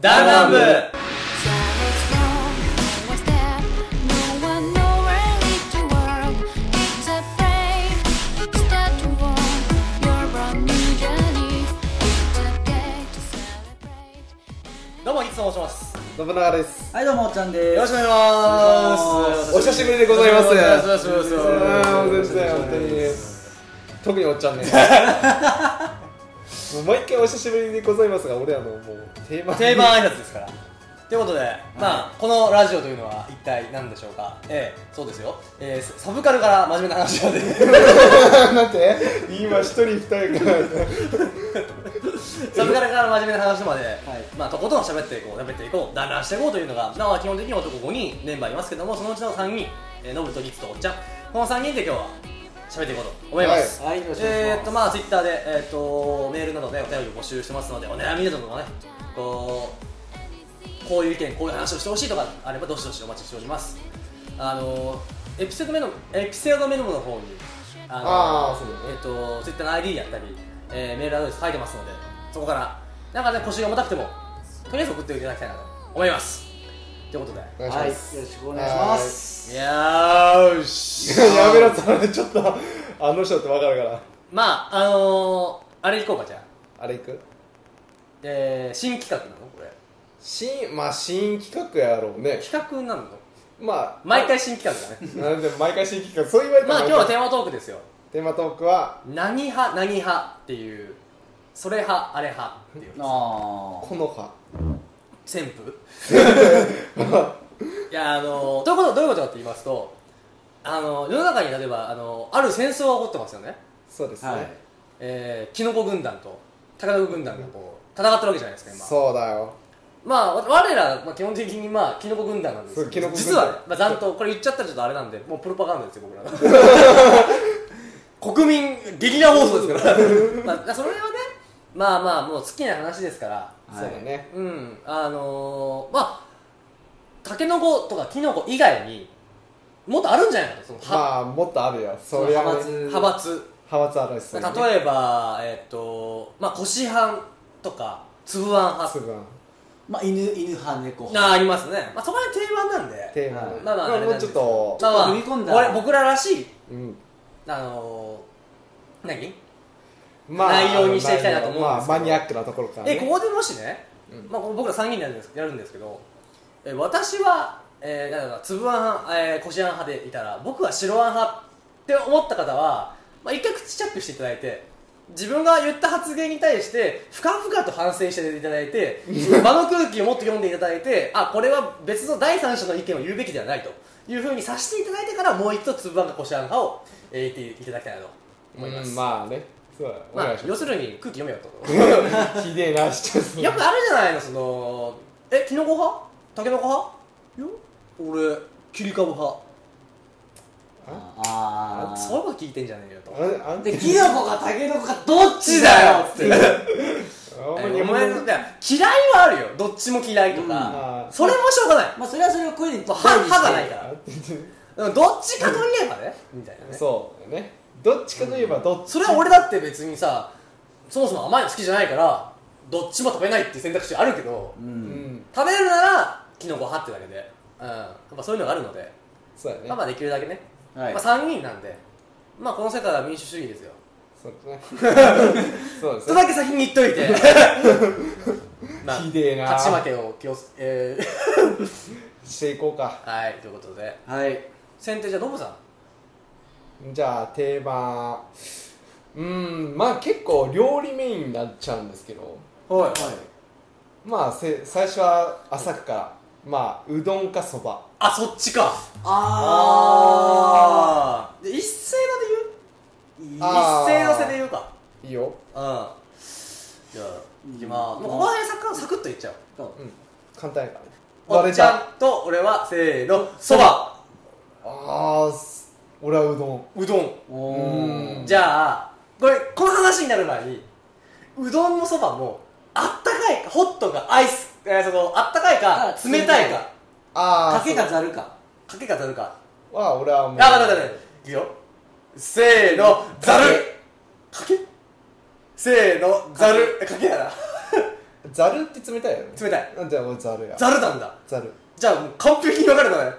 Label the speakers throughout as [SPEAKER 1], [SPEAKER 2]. [SPEAKER 1] ダンランブ
[SPEAKER 2] What's that? No one nowhere in the world It's a brave step toward your brand new journey. It's a day to celebrate.
[SPEAKER 1] どうも、いつと申します。
[SPEAKER 3] 信長です。
[SPEAKER 4] はいどうもおっちゃんです
[SPEAKER 1] よろしくお願いします。
[SPEAKER 3] お久しぶりでございます。
[SPEAKER 1] お久しぶりです。
[SPEAKER 3] あーお久しぶりです本当に。特におっちゃん ね。もう毎回お久しぶりでございますが、俺らのもう定番。
[SPEAKER 1] 定番挨拶ですから。ということで、まあ、このラジオというのは一体何でしょうか。ええ、そうですよ。えー、サブカルから真面目な話をで。
[SPEAKER 3] なんて今一人二人が。
[SPEAKER 1] サブカルから真面目な話まで、
[SPEAKER 4] い
[SPEAKER 1] まあ、とことん喋っていこう、喋っていこう、だんだんしていこうというのが、なおは基本的に男5人メンバーいますけども、そのうちの3人、えー、ノブとリツとおっちゃん、この3人で今日は喋っていこうと思います。
[SPEAKER 4] はいよろしくお願いし
[SPEAKER 1] え
[SPEAKER 4] ます
[SPEAKER 1] ーっと、まあ、ツイッターで、えーっと、メールなどでお便りを募集してますので、お悩みなどもね、こう、こういう意見、こういう話をしてほしいとかあれば、どしどしお待ちしております。あのー、エピソードメモ、エピソードメモの方に、あのー
[SPEAKER 3] あーそうだね
[SPEAKER 1] えっ、と、ツイッターの ID やったり、えーメールアドレス書いてますので、そこから、なんかね、腰が重たくても、とりあえず送っていただきたいなと思います。ということで、
[SPEAKER 3] お願いし
[SPEAKER 4] はい
[SPEAKER 3] ま
[SPEAKER 4] よ
[SPEAKER 3] す。
[SPEAKER 4] ろしくお願いします
[SPEAKER 1] いやーし
[SPEAKER 3] やめろそれちょっとあの人ってわかるから。
[SPEAKER 1] まあ、あのー、あれいこうか、じゃあ。
[SPEAKER 3] あれ行く？
[SPEAKER 1] えー、新企画なのこれ。
[SPEAKER 3] 新まあ新企画やろうね。
[SPEAKER 1] 企画なの
[SPEAKER 3] まあ
[SPEAKER 1] 毎。回新企画だね。
[SPEAKER 3] なんで毎回新企画そう言われた
[SPEAKER 1] まあ、今日はテ
[SPEAKER 3] テ
[SPEAKER 1] ーマトークですよ。
[SPEAKER 3] ーマトークは
[SPEAKER 1] 何派、何派っていう、それ派、あれ派っていう。
[SPEAKER 4] あ
[SPEAKER 3] この葉。
[SPEAKER 1] 旋風 いやあのどういうことどういうことかって言いますとあの世の中に例えばあのある戦争が起こってますよね、
[SPEAKER 3] そうです
[SPEAKER 4] は
[SPEAKER 3] ね
[SPEAKER 4] い。
[SPEAKER 1] えー、キノコ軍団と高田軍団がこう戦ってるわけじゃないですか今
[SPEAKER 3] そうだよ。
[SPEAKER 1] まあわ我ら、まあ、基本的にまあキノコ軍団なんですけど
[SPEAKER 3] そうキノコ
[SPEAKER 1] 実
[SPEAKER 3] 軍団
[SPEAKER 1] は、ねまあ、残党これ言っちゃったらちょっとあれなんでもうプロパガンダですよ僕 らの国民ゲリラ放送ですから まあそれはねまあまあもう好きな話ですから
[SPEAKER 3] そうだね。
[SPEAKER 1] うんあのー、まあタケノコとかキノコ以外にもっとあるんじゃないかとその、は
[SPEAKER 3] まあもっとあるよそりゃ
[SPEAKER 4] 派
[SPEAKER 3] ね
[SPEAKER 4] 閥
[SPEAKER 1] 派閥
[SPEAKER 3] 派閥あるし
[SPEAKER 1] 例
[SPEAKER 3] え
[SPEAKER 1] えばえっ、とまあ腰藩とかつぶあん派
[SPEAKER 4] まあ犬犬派猫派
[SPEAKER 1] あありますね、まあ、そこら辺定番なんで
[SPEAKER 3] テーマ
[SPEAKER 4] はい
[SPEAKER 1] まあまああれ
[SPEAKER 3] も
[SPEAKER 1] なん
[SPEAKER 3] う
[SPEAKER 1] です
[SPEAKER 3] ちょっ
[SPEAKER 1] け
[SPEAKER 3] と
[SPEAKER 1] まあまあ
[SPEAKER 4] ちょっと踏み込んだ
[SPEAKER 1] 俺僕ららしい
[SPEAKER 3] うん
[SPEAKER 1] あのー、何
[SPEAKER 3] まあ
[SPEAKER 1] 内容にしていきたいなと思うんですけど
[SPEAKER 3] まあマニアックなところから
[SPEAKER 1] えこ
[SPEAKER 3] ね
[SPEAKER 1] こでもしね、
[SPEAKER 3] うん
[SPEAKER 1] まあ、僕ら3人でやるんですやるんですけどえ私は、えー、なんだろうつぶあん派、えー、こしあん派でいたら僕は白あん派って思った方は、まあ、一回口チャックしていただいて自分が言った発言に対して深々と反省していただい て場の空気をもっと読んでいただいてあこれは別の第三者の意見を言うべきではないというふうにさせていただいてからもう一度つぶあんかこしあん派を、えー、言っていただきたいなと思いま
[SPEAKER 3] う
[SPEAKER 1] す、
[SPEAKER 3] ん
[SPEAKER 1] まあ
[SPEAKER 3] まあねそうだお願いしま
[SPEAKER 1] 要するに空気読めよと。
[SPEAKER 3] す ひでえなしちゃう
[SPEAKER 1] よくあるじゃないのそのえキノコ派タケノコ派いや俺切り株派
[SPEAKER 4] あ
[SPEAKER 1] そうい
[SPEAKER 4] ー
[SPEAKER 1] うこと聞いてんじゃねえよと
[SPEAKER 3] ああん
[SPEAKER 4] でキノコかタケノコかどっち
[SPEAKER 1] ち
[SPEAKER 4] だ
[SPEAKER 1] だ
[SPEAKER 4] よ
[SPEAKER 1] よ
[SPEAKER 4] っ
[SPEAKER 1] ってて
[SPEAKER 3] あんまり
[SPEAKER 1] お前のいや嫌いはあるよどっちも嫌いとか、
[SPEAKER 3] うん
[SPEAKER 1] それもしょうがない
[SPEAKER 4] まあそれはそれを声に
[SPEAKER 1] 歯歯がない
[SPEAKER 4] ら
[SPEAKER 1] からでもどっちかといえばねみたいなね
[SPEAKER 3] そうだねどっちかといえばどっち
[SPEAKER 1] それは俺だって別にさそもそも甘いの好きじゃないからどっちも食べないっていう選択肢あるけど、
[SPEAKER 4] う
[SPEAKER 3] うんん
[SPEAKER 1] 食べるならキノコ派ってだけで、うん、やっぱそういうのがあるので、
[SPEAKER 3] そうだね
[SPEAKER 1] まあまあできるだけね
[SPEAKER 4] はい
[SPEAKER 1] まあ、3人なんで、まあ、この世界は民主主義ですよ
[SPEAKER 3] そうだね そうです
[SPEAKER 1] それ
[SPEAKER 3] ね
[SPEAKER 1] だけ先に言っといて まあ
[SPEAKER 3] ひでえな
[SPEAKER 1] 勝ち負けを気をつえ
[SPEAKER 3] していこうか
[SPEAKER 1] ー はいということで
[SPEAKER 4] はい
[SPEAKER 1] 先手じゃあノブさん
[SPEAKER 3] じゃあ定番うんまあ結構料理メインになっちゃうんですけど
[SPEAKER 1] はい
[SPEAKER 3] まあせ最初は浅くからまあうどんかそば
[SPEAKER 1] あそっちか
[SPEAKER 4] あ
[SPEAKER 1] ーで一斉ので言う
[SPEAKER 3] あ
[SPEAKER 1] 一
[SPEAKER 3] ー
[SPEAKER 1] 斉のせで言うか
[SPEAKER 3] いいよ
[SPEAKER 1] うんじゃあ行きま
[SPEAKER 4] う
[SPEAKER 1] すも
[SPEAKER 4] ん
[SPEAKER 1] うここら辺サクサクッと言っちゃう
[SPEAKER 4] ー
[SPEAKER 3] うん簡単やからね
[SPEAKER 1] おっちゃ
[SPEAKER 3] あ
[SPEAKER 1] んと俺はせーのそば
[SPEAKER 3] あーす俺はうどん
[SPEAKER 1] うどん
[SPEAKER 4] お
[SPEAKER 3] うん
[SPEAKER 4] ー
[SPEAKER 1] じゃあこれこの話になる前にうどんもそばもあったかいかホットかアイス、えーそのあったかいか
[SPEAKER 4] あ
[SPEAKER 1] 冷たいか
[SPEAKER 3] ああ
[SPEAKER 4] かけかざるか
[SPEAKER 1] かけかざるか
[SPEAKER 3] は俺はもう
[SPEAKER 1] あ待って待って待っていくよせーのざるかけせーのざるかけやな
[SPEAKER 3] ザルって冷たいよね
[SPEAKER 1] 冷たい
[SPEAKER 3] なんじゃあ俺ザルや
[SPEAKER 1] ザルなんだ
[SPEAKER 3] ザル
[SPEAKER 1] じゃあもう完璧に分かれたね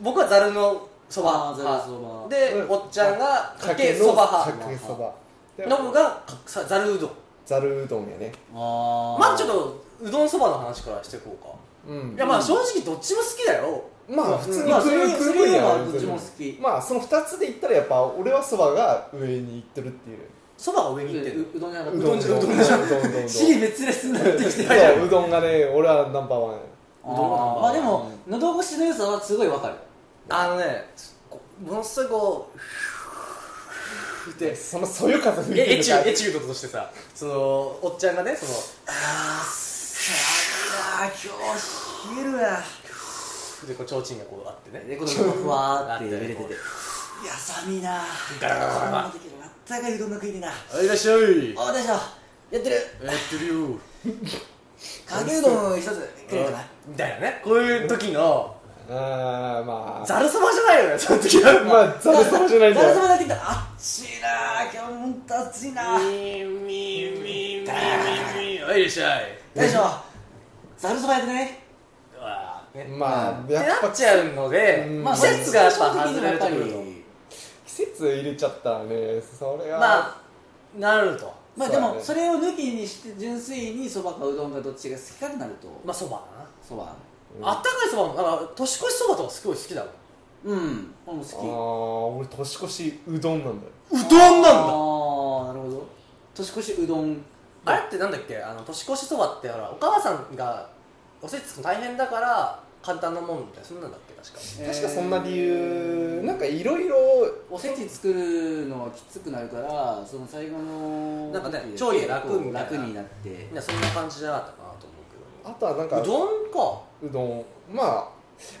[SPEAKER 1] 僕はザルのそば
[SPEAKER 4] あーざるそば
[SPEAKER 1] で
[SPEAKER 3] うん
[SPEAKER 1] おっちゃんがかけ
[SPEAKER 3] の
[SPEAKER 1] そば
[SPEAKER 3] か
[SPEAKER 1] 派
[SPEAKER 3] けそばで
[SPEAKER 1] ノブがかさざるうどん
[SPEAKER 3] ザルうどんやね
[SPEAKER 4] あ
[SPEAKER 1] まあちょっとうどんそばの話からしていこうか
[SPEAKER 3] うん
[SPEAKER 1] いやまあ正直どっちも好きだよ
[SPEAKER 3] まあ普通に
[SPEAKER 4] まあ
[SPEAKER 3] 食う
[SPEAKER 4] それ
[SPEAKER 3] 食う分野は
[SPEAKER 4] それはどっちも好き
[SPEAKER 3] まあその2つで言ったらやっぱ俺はそばが上にいってるっていう
[SPEAKER 1] そばが上
[SPEAKER 4] う
[SPEAKER 1] に行ってる
[SPEAKER 4] うどんじゃな
[SPEAKER 3] う
[SPEAKER 4] う
[SPEAKER 3] ど
[SPEAKER 4] ど
[SPEAKER 3] ん
[SPEAKER 4] ん
[SPEAKER 3] う
[SPEAKER 4] じ
[SPEAKER 3] ど
[SPEAKER 4] ゃ
[SPEAKER 3] んうどんうどんうどんうどん
[SPEAKER 4] 尻滅裂になってきて
[SPEAKER 1] いや
[SPEAKER 3] そううどんがね俺はナンバーワン
[SPEAKER 4] あー
[SPEAKER 1] うどんは
[SPEAKER 4] まあでも喉越しの良さはすごいわかる
[SPEAKER 1] あのねこうものすごいこうふーって
[SPEAKER 3] そのそよ風吹い
[SPEAKER 1] え
[SPEAKER 3] て
[SPEAKER 1] エ
[SPEAKER 3] る
[SPEAKER 1] チ
[SPEAKER 3] か
[SPEAKER 1] ュエチュードとしてさそのおっちゃんがねその
[SPEAKER 4] ああ今日冷えるわ
[SPEAKER 1] ふーでこう提灯がこうあってね
[SPEAKER 4] でこのふわーって
[SPEAKER 1] あって
[SPEAKER 4] 揺れててやさみな
[SPEAKER 1] ガラガラガラ
[SPEAKER 4] こんな時にあったかいうどんの食いにな
[SPEAKER 1] はいいらっしゃい
[SPEAKER 4] あでしょやって
[SPEAKER 1] やっ
[SPEAKER 4] る
[SPEAKER 1] てるよ
[SPEAKER 4] かけうどん一つくれるかな
[SPEAKER 1] みたいなねこういう時の
[SPEAKER 3] あーまあ
[SPEAKER 1] ざるそばじゃ ないよねその時は
[SPEAKER 3] まあザルそばじゃないん
[SPEAKER 4] だ
[SPEAKER 3] だ
[SPEAKER 4] る
[SPEAKER 3] よ
[SPEAKER 4] そばなってきたあっちいな今日ほんと暑いな
[SPEAKER 1] はいいらっしゃい
[SPEAKER 4] 大将ざるそばやってね
[SPEAKER 1] あーね
[SPEAKER 3] まあ
[SPEAKER 1] って
[SPEAKER 3] やっ
[SPEAKER 1] な
[SPEAKER 3] ぱ
[SPEAKER 1] っちゃうので
[SPEAKER 3] うん
[SPEAKER 1] まあ季節がやっぱ外れるとくると
[SPEAKER 3] 季節入れちゃったらねそれは
[SPEAKER 1] まあなると
[SPEAKER 4] まあ
[SPEAKER 3] そ
[SPEAKER 4] で
[SPEAKER 3] うだね
[SPEAKER 4] もそれを抜きにして純粋にそばかうどんかどっちが好きかになると
[SPEAKER 1] まあそばだ
[SPEAKER 4] そば
[SPEAKER 3] うん
[SPEAKER 1] なあったかいそばもだから年越しそばとかすごい好きだもん
[SPEAKER 4] うん俺も
[SPEAKER 3] あ
[SPEAKER 4] 好
[SPEAKER 3] ー俺年越しうどんなんだよ
[SPEAKER 1] う
[SPEAKER 4] き
[SPEAKER 1] どん
[SPEAKER 4] あ
[SPEAKER 1] なんだ
[SPEAKER 4] あなるほど年越しうどん
[SPEAKER 1] あれってなんだっけあの年越しそばってほらお母さんがおせち作るの大変だから簡単なもんみたいなそんなんだっけ確か
[SPEAKER 3] 確かそんな理由なんかいろいろ
[SPEAKER 4] おせち作るのはきつくなるからその最後の
[SPEAKER 1] なんかね
[SPEAKER 4] 時
[SPEAKER 1] 調理が楽
[SPEAKER 4] 結構
[SPEAKER 1] みたいな
[SPEAKER 4] 楽になって
[SPEAKER 1] みんなそんな感じじゃなかったかなと思
[SPEAKER 3] あとはなんか
[SPEAKER 1] うけどうどんか
[SPEAKER 3] うどんま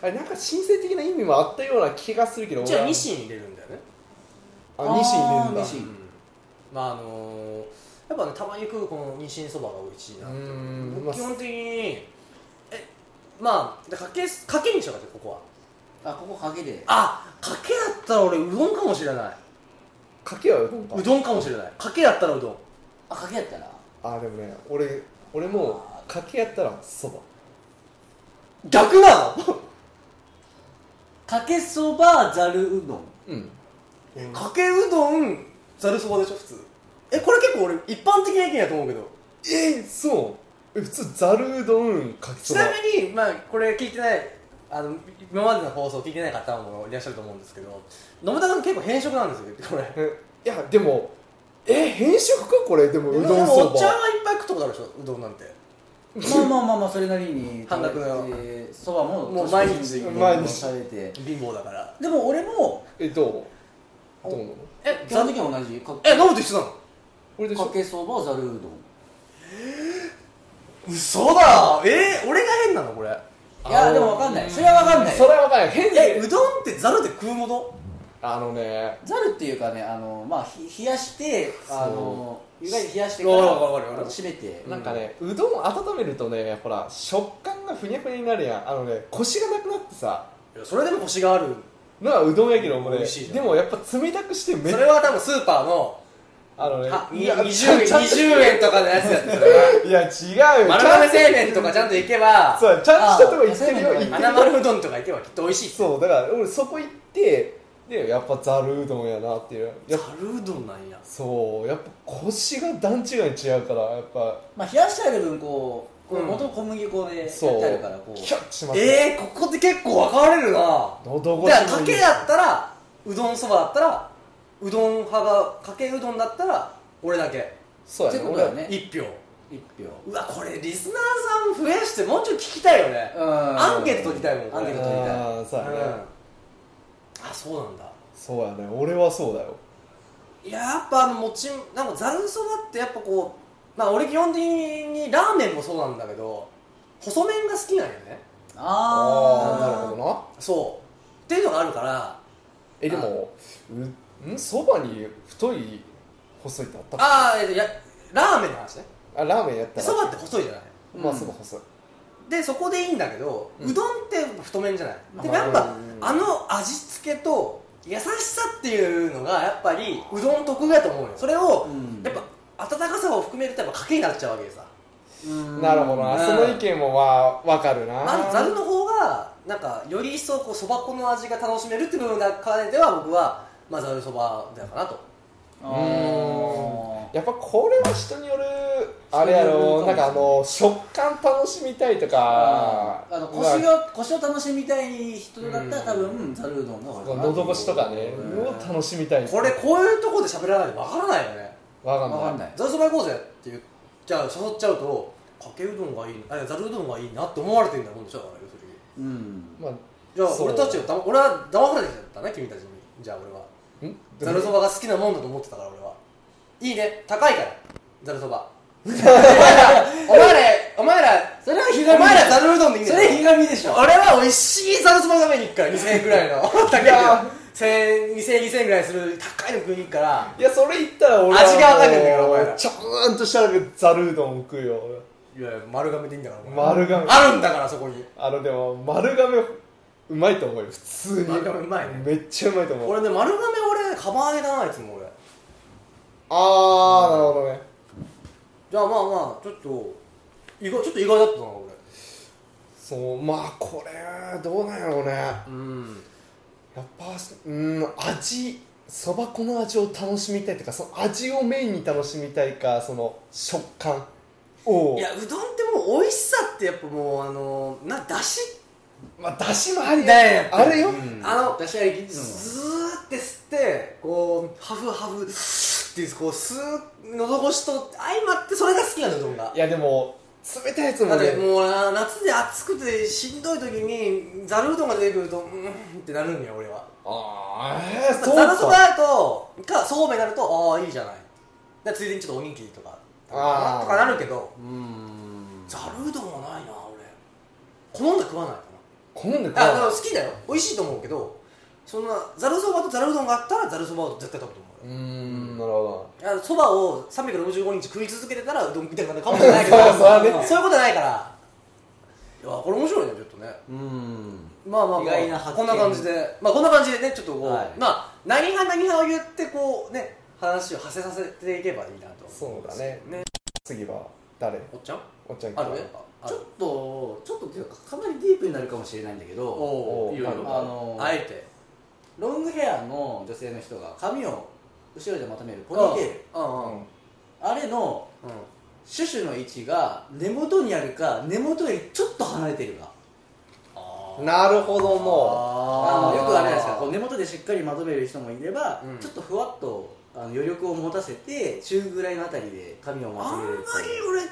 [SPEAKER 3] ああれなんか神聖的な意味もあったような気がするけど
[SPEAKER 1] じゃあ
[SPEAKER 3] 俺は
[SPEAKER 1] ニシン入れるんだよね
[SPEAKER 3] あニシン入れるんだ
[SPEAKER 4] あーニシン
[SPEAKER 1] まああのーやっぱねたまに食うこのニシンそばが美味しいなって
[SPEAKER 3] うーんまあ
[SPEAKER 1] 基本的にえまあでかけかけにしようかってここは
[SPEAKER 4] あここかけで
[SPEAKER 1] あかけだったら俺うどんかもしれない
[SPEAKER 3] かけはうどんか
[SPEAKER 1] うどんかもしれないかけだったらうどん
[SPEAKER 4] あかけやったら
[SPEAKER 3] あでもね俺俺もかけやったらそば
[SPEAKER 1] 逆なの
[SPEAKER 4] かけそばざるうどん
[SPEAKER 3] うん
[SPEAKER 1] かけうどんざるそばでしょ普通えこれ結構俺一般的な意見やと思うけど
[SPEAKER 3] えー、そうえ普通ざるうどんかけ
[SPEAKER 1] ち
[SPEAKER 3] そば
[SPEAKER 1] なみに、まあ、これ聞いてないあの今までの放送聞いてない方もいらっしゃると思うんですけど野村さん結構偏食なんですよこれ
[SPEAKER 3] えいやでもえ変色かこれでもう
[SPEAKER 1] で
[SPEAKER 3] どん
[SPEAKER 1] も
[SPEAKER 3] そ
[SPEAKER 1] おっちゃん
[SPEAKER 3] ば
[SPEAKER 1] はいっぱい食ったことあるでしょうどんなんて
[SPEAKER 4] まあまあまあまあそれなりに
[SPEAKER 1] 半額の
[SPEAKER 4] えーそばも
[SPEAKER 1] もう毎日
[SPEAKER 4] 年越しに
[SPEAKER 3] 毎日
[SPEAKER 4] 食べて
[SPEAKER 1] 貧乏だから
[SPEAKER 4] でも俺も
[SPEAKER 3] えどうどうなの
[SPEAKER 1] え
[SPEAKER 4] 基本的には同じか
[SPEAKER 1] え飲むと一緒なの
[SPEAKER 3] 俺でし
[SPEAKER 4] か
[SPEAKER 3] ょ
[SPEAKER 4] けそばざるうどん
[SPEAKER 1] 嘘だえー、俺が変なのこれ
[SPEAKER 4] いやでもわかんないそれはわかんない
[SPEAKER 3] それは分かんない変
[SPEAKER 1] え
[SPEAKER 3] で
[SPEAKER 1] うどんってざるで食うもの
[SPEAKER 3] あのね
[SPEAKER 4] ざるっていうかねあのまあひ冷やしてあの湯がいて冷やしてか
[SPEAKER 1] わ
[SPEAKER 4] ら
[SPEAKER 1] かるわかるわかる
[SPEAKER 4] 締めて
[SPEAKER 3] なんかね、うどんを温めるとねほら食感がふにゃふにゃになるやんあのねコシがなくなってさ
[SPEAKER 1] いやそれでもコシがある
[SPEAKER 3] なうどんやけども
[SPEAKER 1] 美
[SPEAKER 3] ね
[SPEAKER 1] 味しいじゃん
[SPEAKER 3] でもやっぱ冷たくしてめ
[SPEAKER 1] それは多分スーパーの
[SPEAKER 3] あのね
[SPEAKER 1] あに
[SPEAKER 3] いや
[SPEAKER 1] 20円
[SPEAKER 3] ちゃんと
[SPEAKER 1] 20円とかのやつやって たから
[SPEAKER 3] いや違うよ
[SPEAKER 1] 丸亀製麺とかちゃんと行けば
[SPEAKER 3] そうちゃんとしたとこ行
[SPEAKER 4] あ
[SPEAKER 3] ってるよ
[SPEAKER 4] そう
[SPEAKER 3] 行って
[SPEAKER 4] な
[SPEAKER 3] る
[SPEAKER 4] んだ
[SPEAKER 1] 花丸うどんとか行けばきっと美味しい
[SPEAKER 3] そうだから俺そこ行ってでやっぱざるうどんやなっていうやっぱ
[SPEAKER 1] ルうどんなんや
[SPEAKER 3] そうやっぱ腰が段違いに違うからやっぱ
[SPEAKER 4] まあ冷やしてある分こうこ
[SPEAKER 1] う
[SPEAKER 4] れ
[SPEAKER 1] ん
[SPEAKER 4] 元小麦粉でやっ
[SPEAKER 3] そう
[SPEAKER 4] てあるからこう
[SPEAKER 3] キャッチまって
[SPEAKER 1] えー、ここって結構分かれるな
[SPEAKER 3] 喉越
[SPEAKER 1] だから
[SPEAKER 3] しも
[SPEAKER 1] か
[SPEAKER 3] いい
[SPEAKER 1] けだったらうどんそばだったらうどん派がかけうどんだったら俺だけ
[SPEAKER 3] そうや
[SPEAKER 4] っ
[SPEAKER 3] ね
[SPEAKER 4] てことだよね
[SPEAKER 1] 一票
[SPEAKER 4] 一票
[SPEAKER 1] うわこれリスナーさん増やしてもうちょい聞きたいよねア
[SPEAKER 4] ア
[SPEAKER 1] ンケート取りたいもん
[SPEAKER 4] アンケ
[SPEAKER 3] 俺はあ
[SPEAKER 4] ート取りたい
[SPEAKER 3] ーそうやね、
[SPEAKER 1] あそうなんだ
[SPEAKER 3] そうやね俺はそうだよ
[SPEAKER 1] いややっぱあのもちなんかざるそばってやっぱこうまあ俺基本的にラーメンもそうなんだけど細麺が好きなんよね
[SPEAKER 4] あ
[SPEAKER 3] ーなるほ
[SPEAKER 4] ど
[SPEAKER 3] どな
[SPEAKER 1] そうっていうのがあるから
[SPEAKER 3] えでもうんそばに太い細いってあったか
[SPEAKER 1] ああいやラーメンの話ね
[SPEAKER 3] あラーメンやったら
[SPEAKER 1] そばって細いじゃない
[SPEAKER 3] まあ
[SPEAKER 4] うん
[SPEAKER 3] そば細い
[SPEAKER 1] でそこでいいんだけど、
[SPEAKER 3] う
[SPEAKER 1] うんどんって太麺じゃない、でも
[SPEAKER 3] まあ
[SPEAKER 1] やっぱ、
[SPEAKER 3] うん
[SPEAKER 1] あの味付けと優しさっていうのがやっぱりうどん特有だと思うよそれを、
[SPEAKER 4] うん
[SPEAKER 1] やっぱ温かさを含めるとやっぱ賭けになっちゃうわけでさ
[SPEAKER 4] うん
[SPEAKER 3] なるほどな、
[SPEAKER 1] うん
[SPEAKER 3] その意見もまあわかるな、
[SPEAKER 1] まあ、ざるの方がなんかより一層こうそば粉の味が楽しめるっていう部分が兼ねては僕は、まあ、ざるそばだかなと
[SPEAKER 4] あ
[SPEAKER 3] うーん
[SPEAKER 4] ー
[SPEAKER 3] やっぱこれは人によるあれやろ
[SPEAKER 4] 人によるかもしれない
[SPEAKER 3] なんかあの食感楽しみたいとか
[SPEAKER 4] あの腰
[SPEAKER 3] まあ
[SPEAKER 4] を腰を楽しみたい人だったら多分ざるうどんが多いかな
[SPEAKER 3] のど越しとかね
[SPEAKER 4] うん
[SPEAKER 3] を楽しみたい
[SPEAKER 1] これこういうところで喋らないとわからないよね
[SPEAKER 3] わかんない
[SPEAKER 4] わかんない
[SPEAKER 1] ざるそば行こうぜって言っじゃあ誘っちゃうとかけうどんがいいあざるうどんがいいなって思われてるんだもんでしょだから要するに
[SPEAKER 4] うん
[SPEAKER 3] まあ
[SPEAKER 1] じゃあ
[SPEAKER 3] そう
[SPEAKER 1] 俺たちをだま俺は騙されてきちゃったね君たちにじゃあ俺は
[SPEAKER 3] ん
[SPEAKER 1] ざるそばが好きなもんだと思ってたから俺はいいね高いからざるそ ばお前らお前ら
[SPEAKER 4] それはひ
[SPEAKER 1] お前ら
[SPEAKER 4] だ
[SPEAKER 1] ざるうどんでいいん
[SPEAKER 4] そ
[SPEAKER 1] だよ
[SPEAKER 4] れひがみでしょ
[SPEAKER 1] 俺は美味しいざるそば食べに行くから2000円ぐらいの高 いけど
[SPEAKER 3] や
[SPEAKER 1] 1000円2000円2000円ぐらいする高いの食いに行くから
[SPEAKER 3] いやそれ言ったら俺は
[SPEAKER 1] 味がわかんないんだからお前ら
[SPEAKER 3] ちゃんとしたざるうどん食うよ俺
[SPEAKER 1] いやいや丸亀でいいんだからお前
[SPEAKER 3] 丸亀
[SPEAKER 1] あるんだからそこに
[SPEAKER 3] あのでも丸亀うまいと思うよ普通に
[SPEAKER 1] 丸亀うまいね
[SPEAKER 3] めっちゃうまいと思う
[SPEAKER 1] 俺ね丸亀俺釜揚げだないつも俺
[SPEAKER 3] ああなるほどね
[SPEAKER 1] じゃあまあまあちょっと意外ちょっと意外だったな俺
[SPEAKER 3] そうまあこれどうなんやろうねや
[SPEAKER 1] うん
[SPEAKER 3] っぱうん味そば粉の味を楽しみたいとかその味をメインに楽しみたいかその食感を
[SPEAKER 1] いやうどんってもう美味しさってやっぱもうあのなだし
[SPEAKER 3] まあだしもありよ
[SPEAKER 1] ねえ
[SPEAKER 3] あれよ、
[SPEAKER 4] うん
[SPEAKER 1] あの
[SPEAKER 4] 私は生きてる
[SPEAKER 1] スーって吸ってこうハフハフっていうこう吸う喉越しと相まってそれが好きなのうどんが
[SPEAKER 3] いやでも冷たいやつも
[SPEAKER 1] だっ
[SPEAKER 3] ね
[SPEAKER 1] てもうな夏で暑くてしんどい時にざるうどんが出てくるとうんってなるんよ俺は
[SPEAKER 3] ああ
[SPEAKER 1] ざ
[SPEAKER 3] そう
[SPEAKER 1] るそば
[SPEAKER 3] か
[SPEAKER 1] だとかそうめんになるとああいいじゃないでついでにちょっとおにぎりとか
[SPEAKER 3] あー
[SPEAKER 1] とかなるけど
[SPEAKER 4] うん
[SPEAKER 1] ざるうどんはないな俺好んで食わないか
[SPEAKER 3] 好んで食
[SPEAKER 1] なあでも
[SPEAKER 3] わ
[SPEAKER 1] 好きだよ美味しいと思うけどそんなざるそばとざるうどんがあったらざるそばを絶対食べてもらう
[SPEAKER 3] うーんなるほ
[SPEAKER 1] あのそばを365日食い続けてたらうどん食いたくなるかもしれないけど
[SPEAKER 3] そうそうね
[SPEAKER 1] そういうことないからいやこれ面白いねちょっとね
[SPEAKER 4] うん
[SPEAKER 1] まあまあ、まあ、
[SPEAKER 4] 意外な発見
[SPEAKER 1] こんな感じでまあこんな感じでねちょっとこう、
[SPEAKER 4] はい
[SPEAKER 1] まあ何派何派を言ってこうね話を馳せさせていけばいいなと
[SPEAKER 3] どそうだね
[SPEAKER 1] ね
[SPEAKER 3] 次は誰
[SPEAKER 1] おっちゃん
[SPEAKER 3] おっちゃん
[SPEAKER 1] あ
[SPEAKER 3] から
[SPEAKER 1] るねあ
[SPEAKER 4] ち
[SPEAKER 1] る
[SPEAKER 4] ょっとちょっとっていうかかなりディープになるかもしれないんだけ
[SPEAKER 1] お
[SPEAKER 4] ど
[SPEAKER 1] お
[SPEAKER 3] お
[SPEAKER 1] ー
[SPEAKER 3] ー
[SPEAKER 1] いいよいい
[SPEAKER 3] あ
[SPEAKER 1] よ
[SPEAKER 4] あの
[SPEAKER 1] あえて
[SPEAKER 4] ロングヘアの女性の人が髪を後ろでまとめるポニーテー
[SPEAKER 1] う
[SPEAKER 4] ル
[SPEAKER 1] んう
[SPEAKER 3] う
[SPEAKER 1] んうん
[SPEAKER 3] ん
[SPEAKER 4] あれの
[SPEAKER 1] うん
[SPEAKER 4] シュシュの位置が根元にあるか根元よりちょっと離れてるか
[SPEAKER 1] あー
[SPEAKER 3] なるほどの
[SPEAKER 1] あ
[SPEAKER 4] あ
[SPEAKER 1] ー
[SPEAKER 4] のよくあれじゃないですかこう根元でしっかりまとめる人もいれば、
[SPEAKER 1] うん
[SPEAKER 4] ちょっとふわっとあの余力を持たせて中ぐらいのあたりで髪をま
[SPEAKER 1] あ
[SPEAKER 4] と
[SPEAKER 1] んま
[SPEAKER 4] める
[SPEAKER 1] り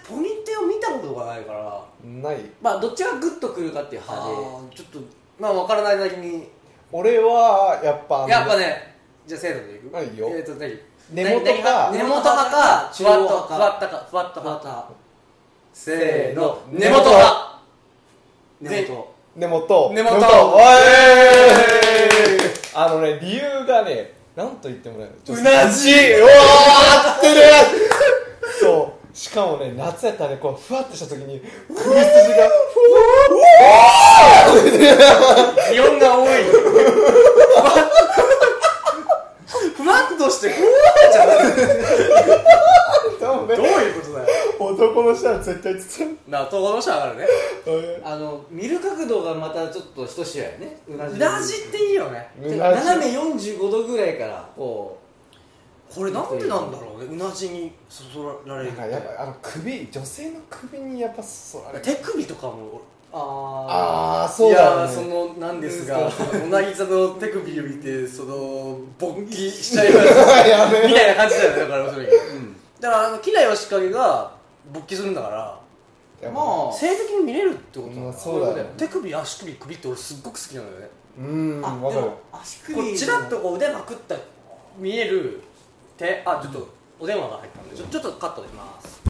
[SPEAKER 1] 俺ポニーテール見たことがないから
[SPEAKER 3] ない
[SPEAKER 4] まあどっちがグッとくるかっていう派で
[SPEAKER 1] あーちょっとまあ分からないだけに
[SPEAKER 3] 俺はやっぱあの
[SPEAKER 1] やっぱねじゃあせーのでいく
[SPEAKER 3] はいいいよ
[SPEAKER 1] えーと何
[SPEAKER 3] 根元
[SPEAKER 1] 何
[SPEAKER 3] が
[SPEAKER 1] 何根元派か
[SPEAKER 4] 中
[SPEAKER 1] ふわっ
[SPEAKER 4] 央
[SPEAKER 1] と
[SPEAKER 4] 派
[SPEAKER 1] ふ
[SPEAKER 4] か
[SPEAKER 1] わったかふわった
[SPEAKER 4] ふわっ
[SPEAKER 1] 派
[SPEAKER 4] と派
[SPEAKER 1] せーの
[SPEAKER 3] 根
[SPEAKER 1] 根
[SPEAKER 3] 元
[SPEAKER 1] 元派
[SPEAKER 4] 根元
[SPEAKER 3] 根元
[SPEAKER 1] 根元
[SPEAKER 3] おいあのね理由がねなんと言ってもね
[SPEAKER 1] うなじ
[SPEAKER 3] うわー合ってるそうしかもね夏やったらねこうふわっとした時に首筋が
[SPEAKER 1] 気温が多いふわっとしてふわーじゃない
[SPEAKER 3] 多
[SPEAKER 1] どう
[SPEAKER 3] 分ね
[SPEAKER 1] いうことだよ
[SPEAKER 3] 男の人は絶対つ
[SPEAKER 1] な統合の人は上がるね
[SPEAKER 4] あの見る角度がまたちょっとひとしおやねうなじ
[SPEAKER 1] うなじっていいよね
[SPEAKER 3] うなじ
[SPEAKER 4] 斜め45度ぐらいからこ
[SPEAKER 1] これなんでなんだろうねうなじにそそられ
[SPEAKER 3] な
[SPEAKER 1] る
[SPEAKER 3] んかやっぱあの首女性の首にやっぱそられ
[SPEAKER 1] 手首とかも
[SPEAKER 4] う
[SPEAKER 3] あ
[SPEAKER 4] あ
[SPEAKER 3] あそうだ
[SPEAKER 1] い
[SPEAKER 3] よ
[SPEAKER 1] や
[SPEAKER 3] ね
[SPEAKER 1] ーそのなんです
[SPEAKER 3] う
[SPEAKER 1] が
[SPEAKER 3] ん
[SPEAKER 1] うなぎ座の手首を見てその勃起しちゃいました
[SPEAKER 3] やべえ
[SPEAKER 1] みたいな感じだよねだから要するに
[SPEAKER 4] あうん
[SPEAKER 1] だからあのキラヨシカゲが勃起するんだから
[SPEAKER 3] いや
[SPEAKER 4] まあ
[SPEAKER 1] 性的に見れるってことな
[SPEAKER 3] ま
[SPEAKER 1] の
[SPEAKER 3] あそうだよね
[SPEAKER 1] 手首足首首って俺すっごく好きなのよね
[SPEAKER 3] うーん
[SPEAKER 4] あ
[SPEAKER 3] わ
[SPEAKER 4] で
[SPEAKER 3] かる
[SPEAKER 4] も足首
[SPEAKER 1] こうちらっとこう腕まくった見える手あちょっとお電話が入ったんでちょちょっとカットできます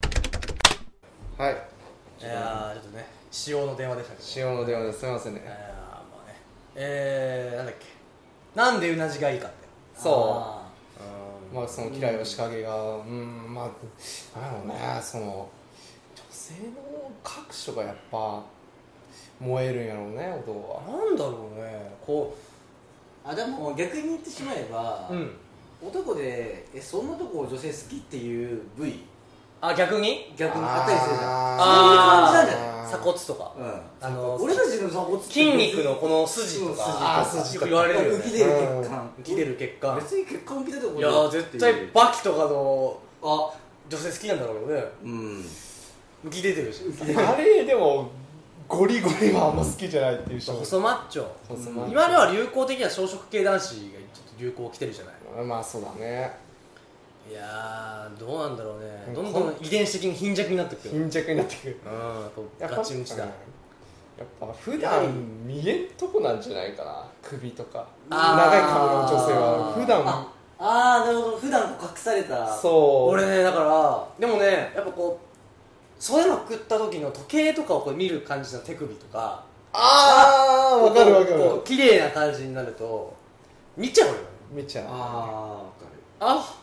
[SPEAKER 3] はい
[SPEAKER 1] いやーちょっとね使用の電話でしたけど
[SPEAKER 3] 塩の電話ですいません
[SPEAKER 1] えーまあねえー、なんだっけなんでうなじがいいかって
[SPEAKER 3] そ
[SPEAKER 4] あ
[SPEAKER 3] うまあその嫌いを仕掛けがうんんまあなんだろうねその女性の各所がやっぱ燃えるんやろうね男は
[SPEAKER 1] なんだろうねこ
[SPEAKER 4] ーあでも逆に言ってしまえば、
[SPEAKER 1] ううん
[SPEAKER 4] 男でえそんなとこを女性好きっていう部位
[SPEAKER 1] あ逆に
[SPEAKER 4] 逆にあったりするじゃん
[SPEAKER 1] あ
[SPEAKER 4] そういう感
[SPEAKER 1] ー
[SPEAKER 4] じなんだよ
[SPEAKER 3] あー
[SPEAKER 1] 鎖骨とか、
[SPEAKER 4] うん
[SPEAKER 1] あの
[SPEAKER 4] 俺たちの鎖骨って
[SPEAKER 1] 筋肉のこの筋とか
[SPEAKER 3] あー筋
[SPEAKER 1] よ
[SPEAKER 3] とか
[SPEAKER 1] く言われるよ
[SPEAKER 4] 浮
[SPEAKER 1] ね
[SPEAKER 4] き出る血管
[SPEAKER 1] 浮き出る血管
[SPEAKER 4] 別に血管浮き出てこ
[SPEAKER 1] いやー絶対バキとかの
[SPEAKER 4] あ
[SPEAKER 1] 女性好きなんだろうけどね
[SPEAKER 4] うん
[SPEAKER 1] 浮き出てるし
[SPEAKER 3] あれでもゴリゴリはあんま好きじゃないっていう人も
[SPEAKER 1] 細マッチョ
[SPEAKER 3] 細マッチョ
[SPEAKER 1] 今では流行的な小食系男子がちょっと流行来てるじゃない
[SPEAKER 3] まあそうだね
[SPEAKER 1] いやーどうなんだろうね
[SPEAKER 3] うん
[SPEAKER 1] どんどん遺伝子的に貧弱になってくるうん
[SPEAKER 3] 貧弱になってくる
[SPEAKER 1] やっぱ
[SPEAKER 3] やっぱ
[SPEAKER 1] ガチムチだ
[SPEAKER 3] うんやっぱ普段見えんとこなんじゃないかな首とか
[SPEAKER 1] あー
[SPEAKER 3] 長い髪の女性は普段
[SPEAKER 4] ああーなるほど普段こう隠された
[SPEAKER 3] そう
[SPEAKER 1] 俺ねだからでもねやっぱこうそういうの食った時の時計とかをこう見る感じの手首とか
[SPEAKER 3] ああわかるわか
[SPEAKER 1] こう
[SPEAKER 3] る
[SPEAKER 1] 綺麗な感じになると見ちゃうよね
[SPEAKER 3] 見ちゃ
[SPEAKER 4] ああ分かる
[SPEAKER 1] あ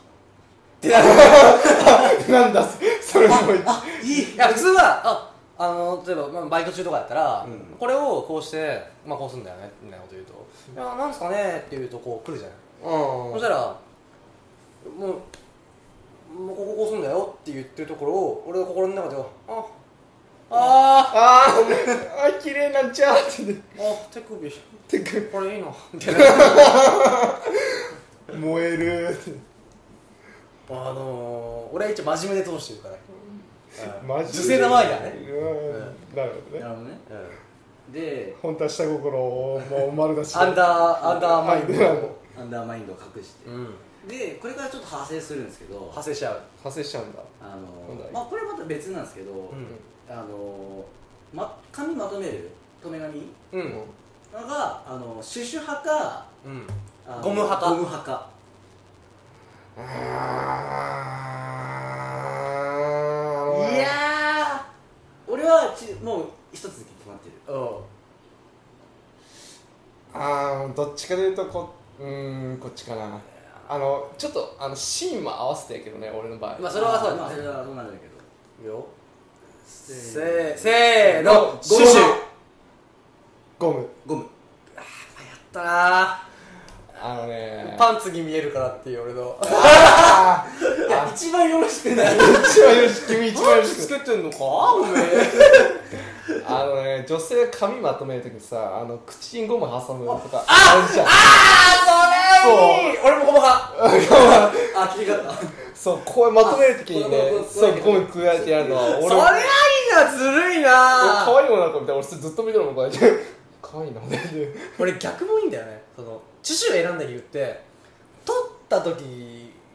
[SPEAKER 3] うなんだそれも
[SPEAKER 4] あいい
[SPEAKER 1] いや普通はああの例えば、まあ、バイト中とかやったら、
[SPEAKER 4] うん
[SPEAKER 1] これをこうして、まあ、こうすんだよねみたいなこと言うと「いやなんすかね」って言うとこう来るじゃない、
[SPEAKER 3] うん
[SPEAKER 1] そしたら「もうもうこここうすんだよ」って言ってるところを俺の心の中では「ああ
[SPEAKER 3] あーあー綺麗なんちゃーってね
[SPEAKER 1] ーあ手首
[SPEAKER 3] てか
[SPEAKER 1] これいい な」みたいな
[SPEAKER 3] 燃えるって
[SPEAKER 1] あのー、俺は一応真面目で通してるから、うん
[SPEAKER 3] マジ
[SPEAKER 1] 女性の前ではね、
[SPEAKER 3] うんなるほどね
[SPEAKER 4] なるほどね
[SPEAKER 1] うん
[SPEAKER 4] で
[SPEAKER 3] 本当は下心をもう丸出しで
[SPEAKER 1] アンダーア ンダーマインド
[SPEAKER 3] アンダー
[SPEAKER 1] を、
[SPEAKER 4] アンダーマインドを隠して
[SPEAKER 1] うん、
[SPEAKER 4] でこれからちょっと派生するんですけど
[SPEAKER 1] 派生しちゃう、
[SPEAKER 3] 派生しちゃうんだ
[SPEAKER 4] あ
[SPEAKER 3] なんだ
[SPEAKER 4] の
[SPEAKER 3] い
[SPEAKER 4] まあこれまた別なんですけど、あのま髪まとめる留め髪
[SPEAKER 1] うん
[SPEAKER 4] のがあのシュシュ派か
[SPEAKER 1] うん
[SPEAKER 4] あの
[SPEAKER 1] ゴム派か
[SPEAKER 4] ゴム派か
[SPEAKER 3] い
[SPEAKER 4] いやー俺はちもう一つだけ決まってる
[SPEAKER 1] うん
[SPEAKER 3] あーどっちかというとこうーんこっちかなあのちょっとあのシーンも合わせてやけどね俺の場合、
[SPEAKER 1] まあそれはそうだね
[SPEAKER 4] まあ、それはそうなんだけど
[SPEAKER 1] いいよ
[SPEAKER 4] せ
[SPEAKER 1] せーせーのシュ
[SPEAKER 3] ゴム
[SPEAKER 1] シュや
[SPEAKER 3] ゴム
[SPEAKER 4] ゴム
[SPEAKER 1] ったな
[SPEAKER 3] あのね
[SPEAKER 1] ーパンツに見えるからっていう俺の
[SPEAKER 3] あー
[SPEAKER 4] いや一番よろし くない
[SPEAKER 3] 一番よろしく君一番よろしく
[SPEAKER 1] けてんのかおめ
[SPEAKER 3] あのね女性が髪まとめるときさあの口にゴム挟むとかあるじゃん
[SPEAKER 1] あ
[SPEAKER 3] そ
[SPEAKER 1] 俺もゴム派
[SPEAKER 4] あ切り方
[SPEAKER 3] そうこうまとめるときにね
[SPEAKER 4] あそ
[SPEAKER 3] そううゴムくわえてやるのは
[SPEAKER 1] そ
[SPEAKER 3] 俺
[SPEAKER 1] れはいいなずるいな
[SPEAKER 3] 可愛いものなんか見たい俺それずっと見てるのこうやって可愛いなみたいな
[SPEAKER 1] 俺逆もいいんだよねそのチュシュを選んだ理由って取った時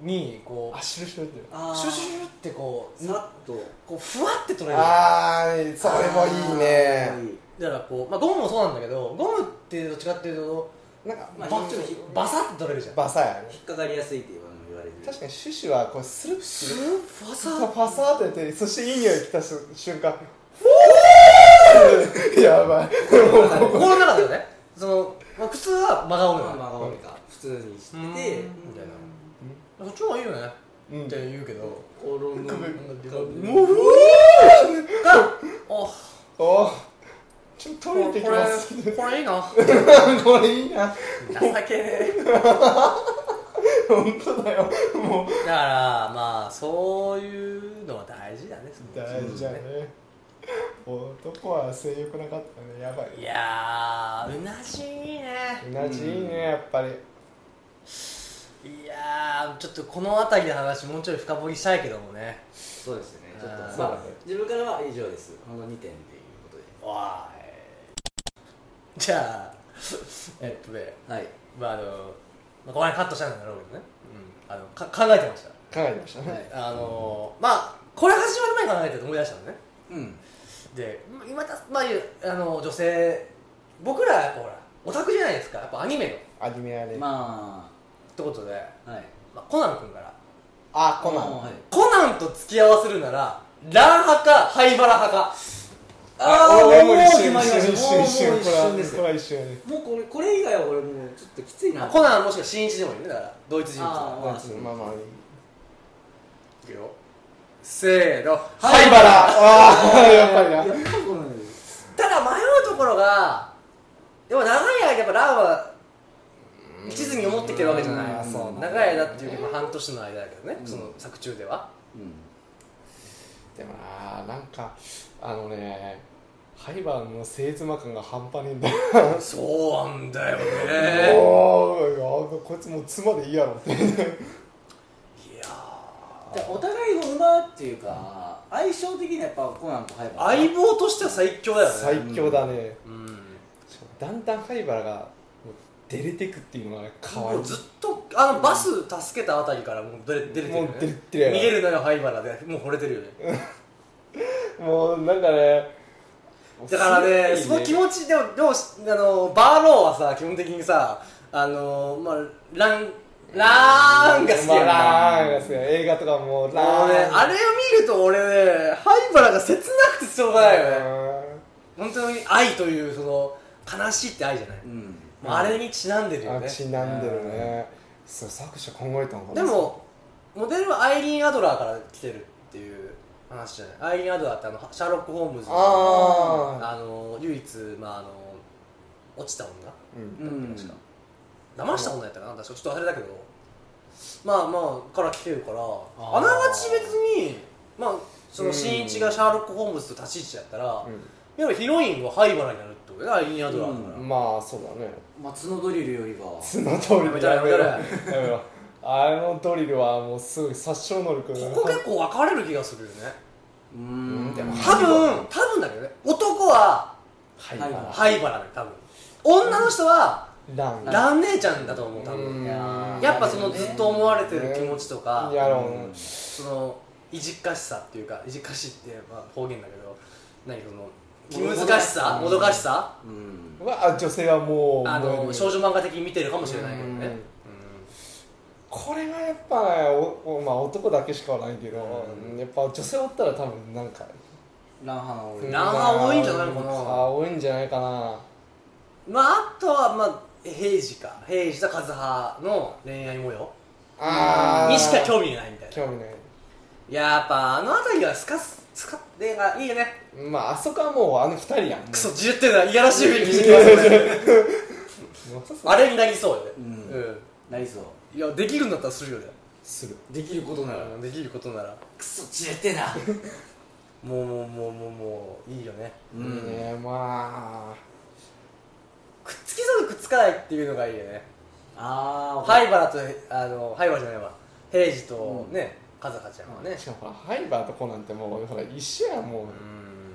[SPEAKER 1] にこ
[SPEAKER 3] あ
[SPEAKER 1] う
[SPEAKER 3] シュルシュルって
[SPEAKER 4] あ
[SPEAKER 1] シュシュシュってこう
[SPEAKER 4] さっと
[SPEAKER 1] こうふわって取れる
[SPEAKER 3] あーそれもいいね
[SPEAKER 1] だからこう、まあ、ゴムもそうなんだけどゴムってどっちかっていうと
[SPEAKER 3] なんか
[SPEAKER 4] まあ
[SPEAKER 1] バ
[SPEAKER 4] ちょっとひ
[SPEAKER 1] バサッて取れるじゃん
[SPEAKER 3] バサやね
[SPEAKER 4] 引っかかりやすいっていうのも言われる
[SPEAKER 3] 確かにシュシュはこうスルッ
[SPEAKER 1] ス
[SPEAKER 3] て
[SPEAKER 1] ーバサッ
[SPEAKER 3] パサーってやってそしていい匂いきた瞬間フォーやばい
[SPEAKER 1] 心の中でねその、まあ、普通は真顔
[SPEAKER 4] ま
[SPEAKER 1] な
[SPEAKER 4] あ
[SPEAKER 1] の
[SPEAKER 4] まあまあ俺か普通にして
[SPEAKER 1] うーんみ
[SPEAKER 4] て
[SPEAKER 1] たいなそっちの方がいいよね
[SPEAKER 3] うん
[SPEAKER 1] って言うけど
[SPEAKER 4] 俺の
[SPEAKER 3] ごめん
[SPEAKER 1] もうふーがあ
[SPEAKER 3] おちょっと
[SPEAKER 1] こ
[SPEAKER 3] ト
[SPEAKER 1] れ
[SPEAKER 3] イレてき
[SPEAKER 1] こ
[SPEAKER 3] ます
[SPEAKER 1] れこれいいな
[SPEAKER 3] これいいな
[SPEAKER 1] 情けねえ
[SPEAKER 3] 本当だよも
[SPEAKER 1] だ
[SPEAKER 3] う
[SPEAKER 1] からまあそういうのは大事だねその
[SPEAKER 3] 大事だね男は性欲なかったねやばい
[SPEAKER 1] いやーうなじいいね
[SPEAKER 3] 同じいいねやっぱり
[SPEAKER 1] いやーちょっとこの辺りの話もうちょい深掘りしたいけどもね
[SPEAKER 4] そうですねちょっと
[SPEAKER 1] あー
[SPEAKER 4] まあ自分からは以上ですこの2点っていうことで
[SPEAKER 1] わーいじゃあえっとね
[SPEAKER 4] はい
[SPEAKER 1] まああの、まあ、この前カットしたんだろうけどね、うん、あのか考えてました
[SPEAKER 3] 考えてましたね、
[SPEAKER 4] はい
[SPEAKER 1] あのー、まあこれ始まる前に考えてて思い出したのね
[SPEAKER 4] うん
[SPEAKER 1] でま今た、まあ、いうあの女性僕らはやっぱほらオタクじゃないですかやっぱアニメのっ
[SPEAKER 3] アニメやね、
[SPEAKER 4] ま
[SPEAKER 1] てことで、
[SPEAKER 4] あはい
[SPEAKER 1] まあ、コナン君から
[SPEAKER 3] あコ
[SPEAKER 4] コナ
[SPEAKER 3] ナ
[SPEAKER 4] ン
[SPEAKER 3] ン
[SPEAKER 4] はい
[SPEAKER 1] コナンと付き合わせるならラン派かハイバラ派か
[SPEAKER 4] あー
[SPEAKER 3] 俺
[SPEAKER 4] もう
[SPEAKER 3] 一
[SPEAKER 4] 決
[SPEAKER 3] 瞬
[SPEAKER 4] まりました
[SPEAKER 3] 一瞬一瞬
[SPEAKER 4] もうも
[SPEAKER 3] これは
[SPEAKER 4] う一瞬です
[SPEAKER 3] これは一瞬やね
[SPEAKER 4] もうこれこれ以外は俺もうちょっときついな
[SPEAKER 1] コナンもしくは新一でもいいねだから同一人物
[SPEAKER 4] あ
[SPEAKER 3] まあまあまあ
[SPEAKER 1] いくよせーの
[SPEAKER 3] ハイバラああやっぱりな
[SPEAKER 4] やっぱコナンです
[SPEAKER 1] ただ迷うところがでも長い間やっぱランは一途に思ってきてるわけじゃない
[SPEAKER 3] うんそうなんだ
[SPEAKER 1] 長い間っていうかまあ半年の間だけどね、
[SPEAKER 4] うん
[SPEAKER 1] その作中では
[SPEAKER 4] うん
[SPEAKER 3] でもななんかあのねハイバーの清妻感が半端ねえんだよ、
[SPEAKER 1] そうなんだよね
[SPEAKER 3] おーこいつもう妻でいいやろって
[SPEAKER 1] いや
[SPEAKER 4] でお互いの馬っていうか相性的にはやっぱコナンとハイ
[SPEAKER 1] ー
[SPEAKER 4] バー
[SPEAKER 1] 相棒としては最強だよね
[SPEAKER 3] 最強だね、
[SPEAKER 1] うん
[SPEAKER 3] だんだんハイバーがもう出れてくっていうのがね可愛
[SPEAKER 1] も
[SPEAKER 3] いう
[SPEAKER 1] ずっとあのバス助けたあたりからもう出れ出れてるよね
[SPEAKER 3] もう出れてるよ
[SPEAKER 1] 逃げるのよ灰原でもう惚れてるよね
[SPEAKER 3] もうなんかね
[SPEAKER 1] だからね
[SPEAKER 3] す
[SPEAKER 1] そ
[SPEAKER 3] ご
[SPEAKER 1] の
[SPEAKER 3] いね
[SPEAKER 1] 気持ちでもでもしあのバーローはさ基本的にさあのまあランラーンが好き
[SPEAKER 3] ま
[SPEAKER 1] や
[SPEAKER 3] あ
[SPEAKER 1] な、
[SPEAKER 3] ラーンが好きや映画とかもラ
[SPEAKER 1] もうね
[SPEAKER 3] ーン
[SPEAKER 1] あれを見ると俺ね灰原が切なくてしょうがないよね、
[SPEAKER 3] ね
[SPEAKER 1] 本当に愛というその悲しいって愛じゃない、
[SPEAKER 4] うん
[SPEAKER 1] もうあれにちなんでるよ
[SPEAKER 3] あ
[SPEAKER 1] ね
[SPEAKER 3] ちなんでるねそう作者考えたのか
[SPEAKER 1] で
[SPEAKER 3] な
[SPEAKER 1] もモデルはアイリーン・アドラーから来てるっていう話じゃないアイリーン・アドラーってあのシャーロック・ホームズの
[SPEAKER 3] あ
[SPEAKER 1] あの唯一、まあ、あの落ちた女
[SPEAKER 3] うん
[SPEAKER 4] うん
[SPEAKER 1] 確か騙した女やったかな私ちょっと忘れたけどまあまあから来てるから
[SPEAKER 4] ー
[SPEAKER 1] あながち別にまあその
[SPEAKER 3] うん
[SPEAKER 1] 新一がシャーロック・ホームズと立ち位置やったら、いわ
[SPEAKER 3] うん
[SPEAKER 1] ゆるヒロインは灰原になるってことだよねアイリーン・アドラーだから、
[SPEAKER 3] まあそうだね
[SPEAKER 4] まあ角ドリルよりは
[SPEAKER 3] その通りでやめろ
[SPEAKER 1] や
[SPEAKER 3] やめろあのドリルはもうすごい殺傷能力
[SPEAKER 1] ここ結構分かれる気がするよね
[SPEAKER 3] う
[SPEAKER 4] う
[SPEAKER 3] んでも
[SPEAKER 1] 多分多分だけどね男は
[SPEAKER 3] はい
[SPEAKER 4] はい
[SPEAKER 1] 灰原だよ多分女の人は
[SPEAKER 3] ラーン
[SPEAKER 1] 蘭姉ちゃんだと思う多
[SPEAKER 3] う
[SPEAKER 1] 分
[SPEAKER 3] ん
[SPEAKER 4] いやー
[SPEAKER 1] やっぱそのずっと思われてる気持ちとか
[SPEAKER 3] やろう
[SPEAKER 4] うん
[SPEAKER 1] そのいじっかしさっていうかいじっかしってまあ方言だけど何その気難しさもどかしさ
[SPEAKER 4] うん
[SPEAKER 3] うわ女性はもう
[SPEAKER 1] あ
[SPEAKER 3] も
[SPEAKER 1] の
[SPEAKER 3] う
[SPEAKER 1] 少女漫画的に見てるかもしれないけどね
[SPEAKER 3] うんこれはやっぱねおおまあ男だけしかはないけど
[SPEAKER 1] うん
[SPEAKER 3] やっぱ女性おったら多分なんか
[SPEAKER 4] ランハナオ
[SPEAKER 1] ランは多いんじゃないかな
[SPEAKER 3] あ多いんじゃないかな
[SPEAKER 1] うんまああとはまあ平治か平治と和葉の恋愛模様
[SPEAKER 3] あー
[SPEAKER 1] にしか興味ないみたいな
[SPEAKER 3] 興味ない
[SPEAKER 1] いややっぱあの辺りはスカススカでがいいよね
[SPEAKER 3] まああそこはもうあの二人やん
[SPEAKER 1] クソ10点だいやらしい雰囲気してきますねあれになりそうよね
[SPEAKER 4] う
[SPEAKER 1] うんん
[SPEAKER 4] なりそう
[SPEAKER 1] いやできるんだったらするよね
[SPEAKER 3] する
[SPEAKER 4] できることなら
[SPEAKER 1] うんできることなら
[SPEAKER 4] クソちれてえな
[SPEAKER 1] もうもうもうもうもういいよね
[SPEAKER 4] う
[SPEAKER 3] いい
[SPEAKER 4] ん
[SPEAKER 3] ねまあ
[SPEAKER 1] くっつきそうでくっつかないっていうのがいいよね
[SPEAKER 4] ああ
[SPEAKER 1] 灰原とあの灰原じゃないわ平治とね、和葉ちゃんはね
[SPEAKER 3] しかもほらハイバーとコナンってもうほら一緒やん
[SPEAKER 1] う
[SPEAKER 3] も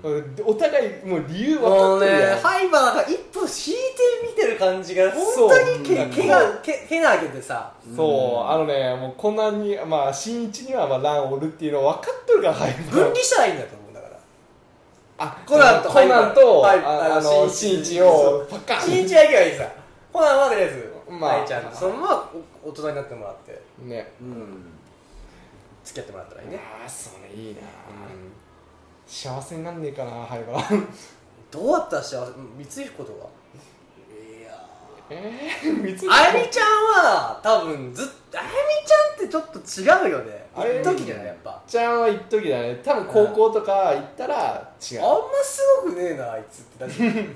[SPEAKER 1] ん
[SPEAKER 3] う、お互いもう理由分
[SPEAKER 1] も
[SPEAKER 3] かっ
[SPEAKER 1] う
[SPEAKER 3] て
[SPEAKER 1] ね
[SPEAKER 3] るやん、
[SPEAKER 1] ハイバーが一歩引いて見てる感じが
[SPEAKER 3] そう
[SPEAKER 1] 本当にけ
[SPEAKER 3] うん
[SPEAKER 1] けがけけなげでさ
[SPEAKER 3] そうあのねもうコナンにまあ新一にはまあランおるっていうの分かっとるからハイバ
[SPEAKER 1] 分
[SPEAKER 3] ー
[SPEAKER 1] 離したらいいんだと思うんだから
[SPEAKER 3] あ
[SPEAKER 1] コナンと
[SPEAKER 3] コナンと
[SPEAKER 1] ハ
[SPEAKER 3] あ
[SPEAKER 1] イバー
[SPEAKER 3] あ
[SPEAKER 1] あの
[SPEAKER 3] の
[SPEAKER 1] 新
[SPEAKER 3] 新
[SPEAKER 1] 一
[SPEAKER 3] 一をパカ
[SPEAKER 1] 新
[SPEAKER 3] ン
[SPEAKER 1] 一だけはいいさほなまあとりあえず
[SPEAKER 3] まあ
[SPEAKER 1] 愛ちゃんとそのままお大人になってもらって
[SPEAKER 3] ね
[SPEAKER 4] うん
[SPEAKER 1] 付き合ってもらったらいいね、
[SPEAKER 3] ああそれいい
[SPEAKER 1] う
[SPEAKER 3] な
[SPEAKER 1] ん
[SPEAKER 3] 幸せになんねえかなハイバー
[SPEAKER 1] どうやったら幸せうん光彦とか
[SPEAKER 4] いや
[SPEAKER 3] ええー、三つ
[SPEAKER 1] あやみちゃんは多分ずっとあやみちゃんってちょっと違うよね
[SPEAKER 3] あれ
[SPEAKER 1] 一時じゃないやっぱ
[SPEAKER 3] ちゃんは一時だね多分高校とか行ったら違
[SPEAKER 1] あん
[SPEAKER 3] う、
[SPEAKER 1] ますごくねえなあいつって確かに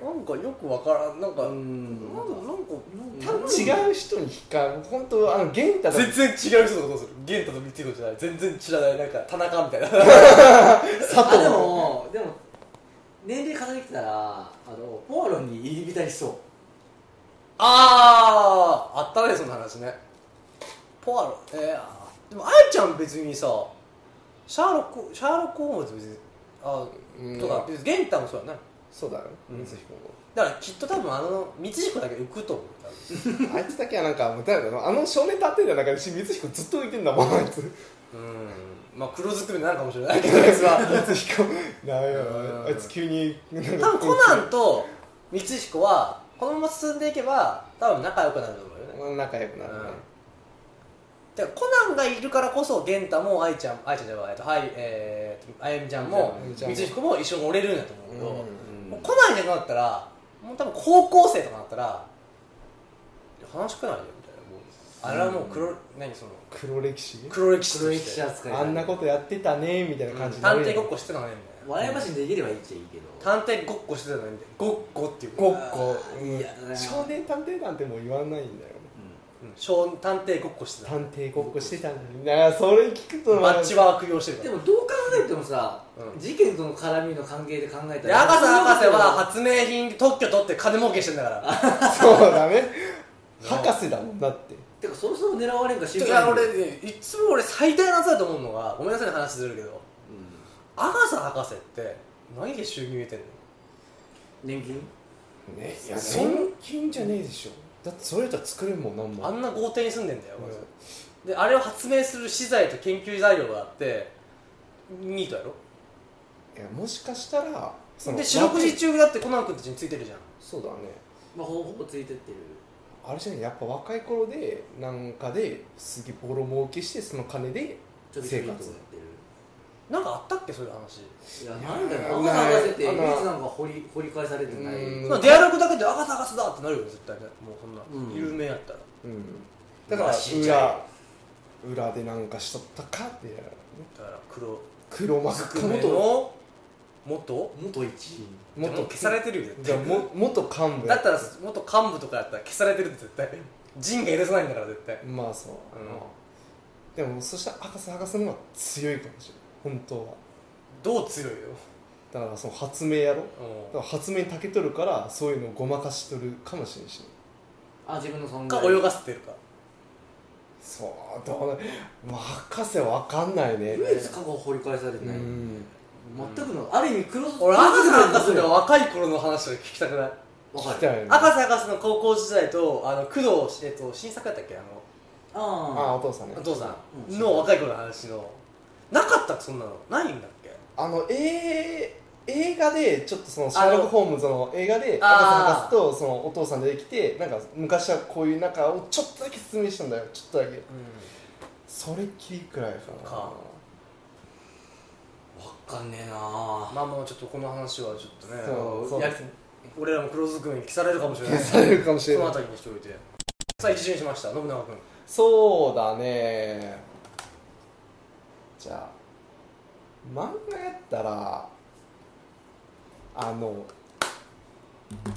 [SPEAKER 1] なんかよくわからんなんか
[SPEAKER 4] う
[SPEAKER 1] なんか
[SPEAKER 4] ん
[SPEAKER 1] なんか
[SPEAKER 3] 多分違う人に引っかか本当あの元太とか
[SPEAKER 1] 全然違う人のことする玄太と光彦じゃない全然知らないなんか田中みたいな
[SPEAKER 3] 佐
[SPEAKER 4] あ
[SPEAKER 3] 藤
[SPEAKER 4] でもでも年齢重ねてたらあのポアロに入り浸りそ
[SPEAKER 1] あああったねその話ねポアロえー、あーでもあやちゃん別にさシャーロックシャーロック・ホームズ別にあ
[SPEAKER 3] うん
[SPEAKER 1] とか別に玄太もそうやな
[SPEAKER 3] そうだよ
[SPEAKER 1] うん
[SPEAKER 3] 光彦も
[SPEAKER 1] だからきっと多分あの光彦だけ浮くと思う多分
[SPEAKER 3] あいつだけはなんかもうだからあの少年探偵団の中で光彦ずっと浮いてんだもんあいつ
[SPEAKER 1] うんまあ黒ずくめになるかもしれないけど あいつは
[SPEAKER 3] 光彦なめ
[SPEAKER 1] うん
[SPEAKER 3] よあいつ急になんか
[SPEAKER 1] 多分コナンと光彦はこのまま進んでいけば多分仲良くなると思うよね
[SPEAKER 3] 仲良くなるね
[SPEAKER 1] だからコナンがいるからこそ源太も愛ちゃん愛ちゃんじゃないえっとはいえーとあやみちゃんも
[SPEAKER 3] あやみちゃん
[SPEAKER 1] 光
[SPEAKER 3] も
[SPEAKER 1] 彦も一緒に折れるんだと思うけど、
[SPEAKER 3] うん
[SPEAKER 4] う、
[SPEAKER 1] もうコナンいなくなったらもう多分高校生とかなったらいや話しくないよみたいなもうあれはもう黒、何その
[SPEAKER 3] 黒歴史
[SPEAKER 1] 黒歴史と
[SPEAKER 4] 黒歴
[SPEAKER 1] して
[SPEAKER 4] 史扱い
[SPEAKER 3] あんなことやってたねみたいな感じにな
[SPEAKER 1] 探
[SPEAKER 3] るや
[SPEAKER 1] 偵ご
[SPEAKER 3] ん
[SPEAKER 1] っこしてたのねみたい
[SPEAKER 4] 笑い話にできればいいっちゃいいけど
[SPEAKER 1] な探偵ごっこしてたのねみたいなごっこっていう
[SPEAKER 3] ごっこ
[SPEAKER 4] あーいやだな
[SPEAKER 3] 少年探偵団ってもう言わないんだよ
[SPEAKER 4] う
[SPEAKER 1] 小探偵ごっこしてた
[SPEAKER 3] 探偵ごっこしてたのになそれ聞くと
[SPEAKER 1] マッチは悪用してるか
[SPEAKER 4] で
[SPEAKER 1] ら
[SPEAKER 4] もどう考えてもさ、
[SPEAKER 1] うん
[SPEAKER 4] 事件との絡みの関係で考えた
[SPEAKER 1] で
[SPEAKER 4] ら
[SPEAKER 1] 博士博士は発明品特許取って金儲けしてんだから
[SPEAKER 3] そうだね博士だもんだって
[SPEAKER 4] てかそろそろ狙われんか心
[SPEAKER 1] い
[SPEAKER 4] 配
[SPEAKER 1] や俺ねいつも俺最大の夏だと思うのがごめんなさいね話ずれるけど博士博士って何で収入得てんの
[SPEAKER 4] 年金
[SPEAKER 3] ね
[SPEAKER 1] いや
[SPEAKER 3] 年金じゃねえでしょだってそれやったら作れんもんなんも
[SPEAKER 1] あんな豪邸に住んでんだよ、
[SPEAKER 3] うん
[SPEAKER 1] まずであれを発明する資材と研究材料があってニートやろ
[SPEAKER 3] いやもしかしたらその
[SPEAKER 1] で四六時中だってコナン君たちについてるじゃん
[SPEAKER 3] そうだね
[SPEAKER 4] まあほぼほぼついてってる
[SPEAKER 3] あれじゃないやっぱ若い頃でなんかですげえボロ儲けしてその金で
[SPEAKER 4] ちょびちょびついてる
[SPEAKER 1] なんかあったっけそういう話、
[SPEAKER 4] いや
[SPEAKER 3] いや
[SPEAKER 4] なんだ
[SPEAKER 3] な
[SPEAKER 4] よ
[SPEAKER 3] い
[SPEAKER 4] 赤博士ってい
[SPEAKER 3] あ
[SPEAKER 4] つ
[SPEAKER 3] の
[SPEAKER 4] なんか掘り掘り返されてない、
[SPEAKER 3] うん
[SPEAKER 1] まあデアログだけで「赤田博士だ!」ってなるよね絶対ねもうそんな、
[SPEAKER 4] うん
[SPEAKER 1] 有名やったら
[SPEAKER 3] うんだから
[SPEAKER 1] まあ死んじゃ
[SPEAKER 3] 裏裏でなんかしとったかってやらね
[SPEAKER 1] だから黒
[SPEAKER 3] 黒幕
[SPEAKER 1] 黒
[SPEAKER 3] も
[SPEAKER 1] 目の元
[SPEAKER 4] 元一位
[SPEAKER 1] もっと消されてるよ絶
[SPEAKER 3] じゃあ
[SPEAKER 1] 対
[SPEAKER 3] も元幹部
[SPEAKER 1] だったら元幹部とかやったら消されてるって絶対人が許さないんだから絶対
[SPEAKER 3] まあそう、
[SPEAKER 1] うん
[SPEAKER 3] まあでもそしたら博士博士の方が強いかもしれない本当は
[SPEAKER 1] どう強いよ、
[SPEAKER 3] だからその発明やろだ
[SPEAKER 1] う
[SPEAKER 3] から発明にたけとるからそういうのをごまかしとるかもしれんし
[SPEAKER 4] あ自分の存
[SPEAKER 1] ん、
[SPEAKER 4] 在
[SPEAKER 1] か泳がせてるか
[SPEAKER 3] そうどうなまあ博士は分かんないね
[SPEAKER 4] 唯一過去を掘り返されて
[SPEAKER 3] う
[SPEAKER 4] ない、
[SPEAKER 3] ん
[SPEAKER 4] 全くのある意味黒
[SPEAKER 1] 俺博士博士が
[SPEAKER 4] わ
[SPEAKER 1] 若い頃の話とか聞きたくない
[SPEAKER 3] 聞き
[SPEAKER 4] かる
[SPEAKER 3] たいね
[SPEAKER 1] 赤瀬博士の高校時代とあの工藤、えっと、新作やったっけあの
[SPEAKER 3] あ
[SPEAKER 4] あ
[SPEAKER 3] お父さんね
[SPEAKER 1] お父さ
[SPEAKER 4] うん
[SPEAKER 1] んの若い頃の話のなかったそんなのないんだっけ
[SPEAKER 3] あの、えー、映画でちょっとそのシャーロック・ホームズの映画で
[SPEAKER 1] あー
[SPEAKER 3] 博士とそのお父さん出てきてなんか昔はこういう中をちょっとだけ説明したんだよちょっとだけそれっきりくらいかな
[SPEAKER 1] か
[SPEAKER 4] あわかんねえなあ
[SPEAKER 1] まあもうちょっとこの話はちょっとね
[SPEAKER 3] そうそう
[SPEAKER 1] や俺らも黒ずくんに消されるかもしれな
[SPEAKER 3] 消
[SPEAKER 1] い
[SPEAKER 3] されるかもし
[SPEAKER 1] そ
[SPEAKER 3] れ
[SPEAKER 1] の
[SPEAKER 3] ない
[SPEAKER 1] あたりにしておいてさあ一巡しました信長君
[SPEAKER 3] そうだねじゃあ漫画やったらあの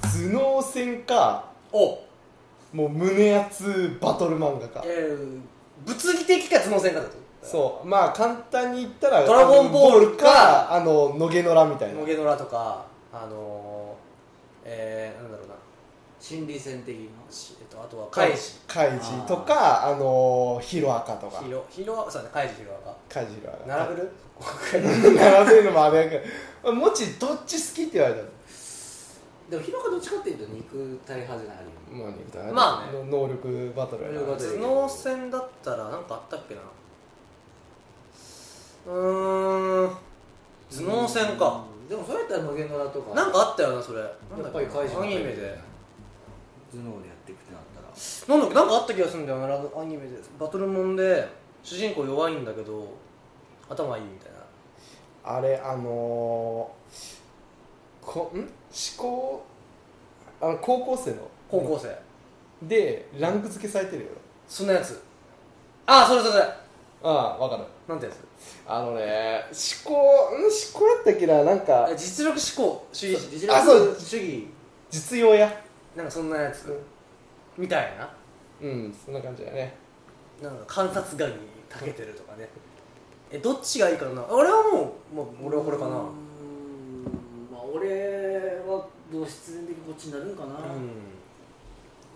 [SPEAKER 3] 頭脳戦か
[SPEAKER 1] お
[SPEAKER 3] もう胸熱バトル漫画か
[SPEAKER 1] えー、物理的か頭脳戦かだと
[SPEAKER 3] そうまあ簡単に言ったら
[SPEAKER 1] ドラゴンボールか
[SPEAKER 3] あのボールかあの野毛のらみたいな
[SPEAKER 1] 野毛のらとかあのー、えー、なんだろうな
[SPEAKER 4] 心理戦的な
[SPEAKER 1] しえっとあとはカイジ
[SPEAKER 3] カイジとかあのヒロアカとか
[SPEAKER 1] ヒロヒロそうだねカイジヒロア
[SPEAKER 3] カイジヒロ
[SPEAKER 1] カ
[SPEAKER 3] アカ
[SPEAKER 1] 並べる
[SPEAKER 3] 並べるのもあれやけどもちどっち好きって言われたの
[SPEAKER 4] でもヒロがどっちかっていうと肉体派じゃないよね
[SPEAKER 3] まあ肉体
[SPEAKER 1] まあね
[SPEAKER 3] の能力バトルやな
[SPEAKER 4] 能力バトル
[SPEAKER 1] 頭脳戦だったら何かあったっけなうーん頭脳戦か
[SPEAKER 4] うんでもそうやったら無限のラとか
[SPEAKER 1] なんかあったよなそれや
[SPEAKER 4] やっぱり怪獣
[SPEAKER 1] アニメで
[SPEAKER 4] 頭脳でやっていくってなった
[SPEAKER 1] な
[SPEAKER 4] ら
[SPEAKER 1] んだっけなんかあった気がするんだよなラブアニメでバトルモンで主人公弱いんだけど頭いいみたいな
[SPEAKER 3] あれあのーこん思考あの高校生の
[SPEAKER 1] 高校生、
[SPEAKER 3] でランク付けされてるよ
[SPEAKER 1] そんなやつああそれそれそれ
[SPEAKER 3] ああわかる
[SPEAKER 1] なんてやつ
[SPEAKER 3] あのね思考ん思考やったっけななんか
[SPEAKER 1] え実力志向主義
[SPEAKER 4] 実
[SPEAKER 3] あそう
[SPEAKER 4] 力主義
[SPEAKER 3] 実用や
[SPEAKER 1] なんかそんなやつ、みたいな
[SPEAKER 3] うんそんな感じだよね
[SPEAKER 1] なんか観察眼に長けてるとかねえどっちがいいかな俺はもう、まあ、俺はこれかな
[SPEAKER 4] うーんまあ俺は同必然的にこっちになるんかな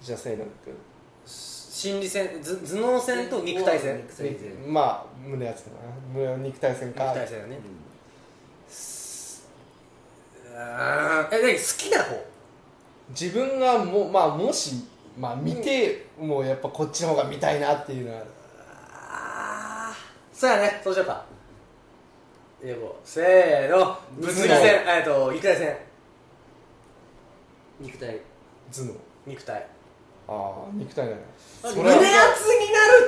[SPEAKER 3] じゃあせいの
[SPEAKER 1] 心理戦ず頭脳戦と肉体戦
[SPEAKER 4] 肉体
[SPEAKER 3] 君
[SPEAKER 4] 戦
[SPEAKER 3] にまあ胸やつだな胸肉体戦
[SPEAKER 1] 肉
[SPEAKER 3] か
[SPEAKER 1] 体戦だねうーんえ何好きな方
[SPEAKER 3] 自分がもうまあもしまあ見て、もうやっぱこっちの方が見たいなっていうのはある
[SPEAKER 1] ああそうやねそうしようか英語せーの物理戦えっと肉体戦
[SPEAKER 4] 肉体
[SPEAKER 3] 頭
[SPEAKER 1] 肉体
[SPEAKER 3] 脳ああ肉体だね
[SPEAKER 4] あ
[SPEAKER 3] そ
[SPEAKER 1] 胸
[SPEAKER 3] れ
[SPEAKER 1] 熱
[SPEAKER 3] は
[SPEAKER 1] にな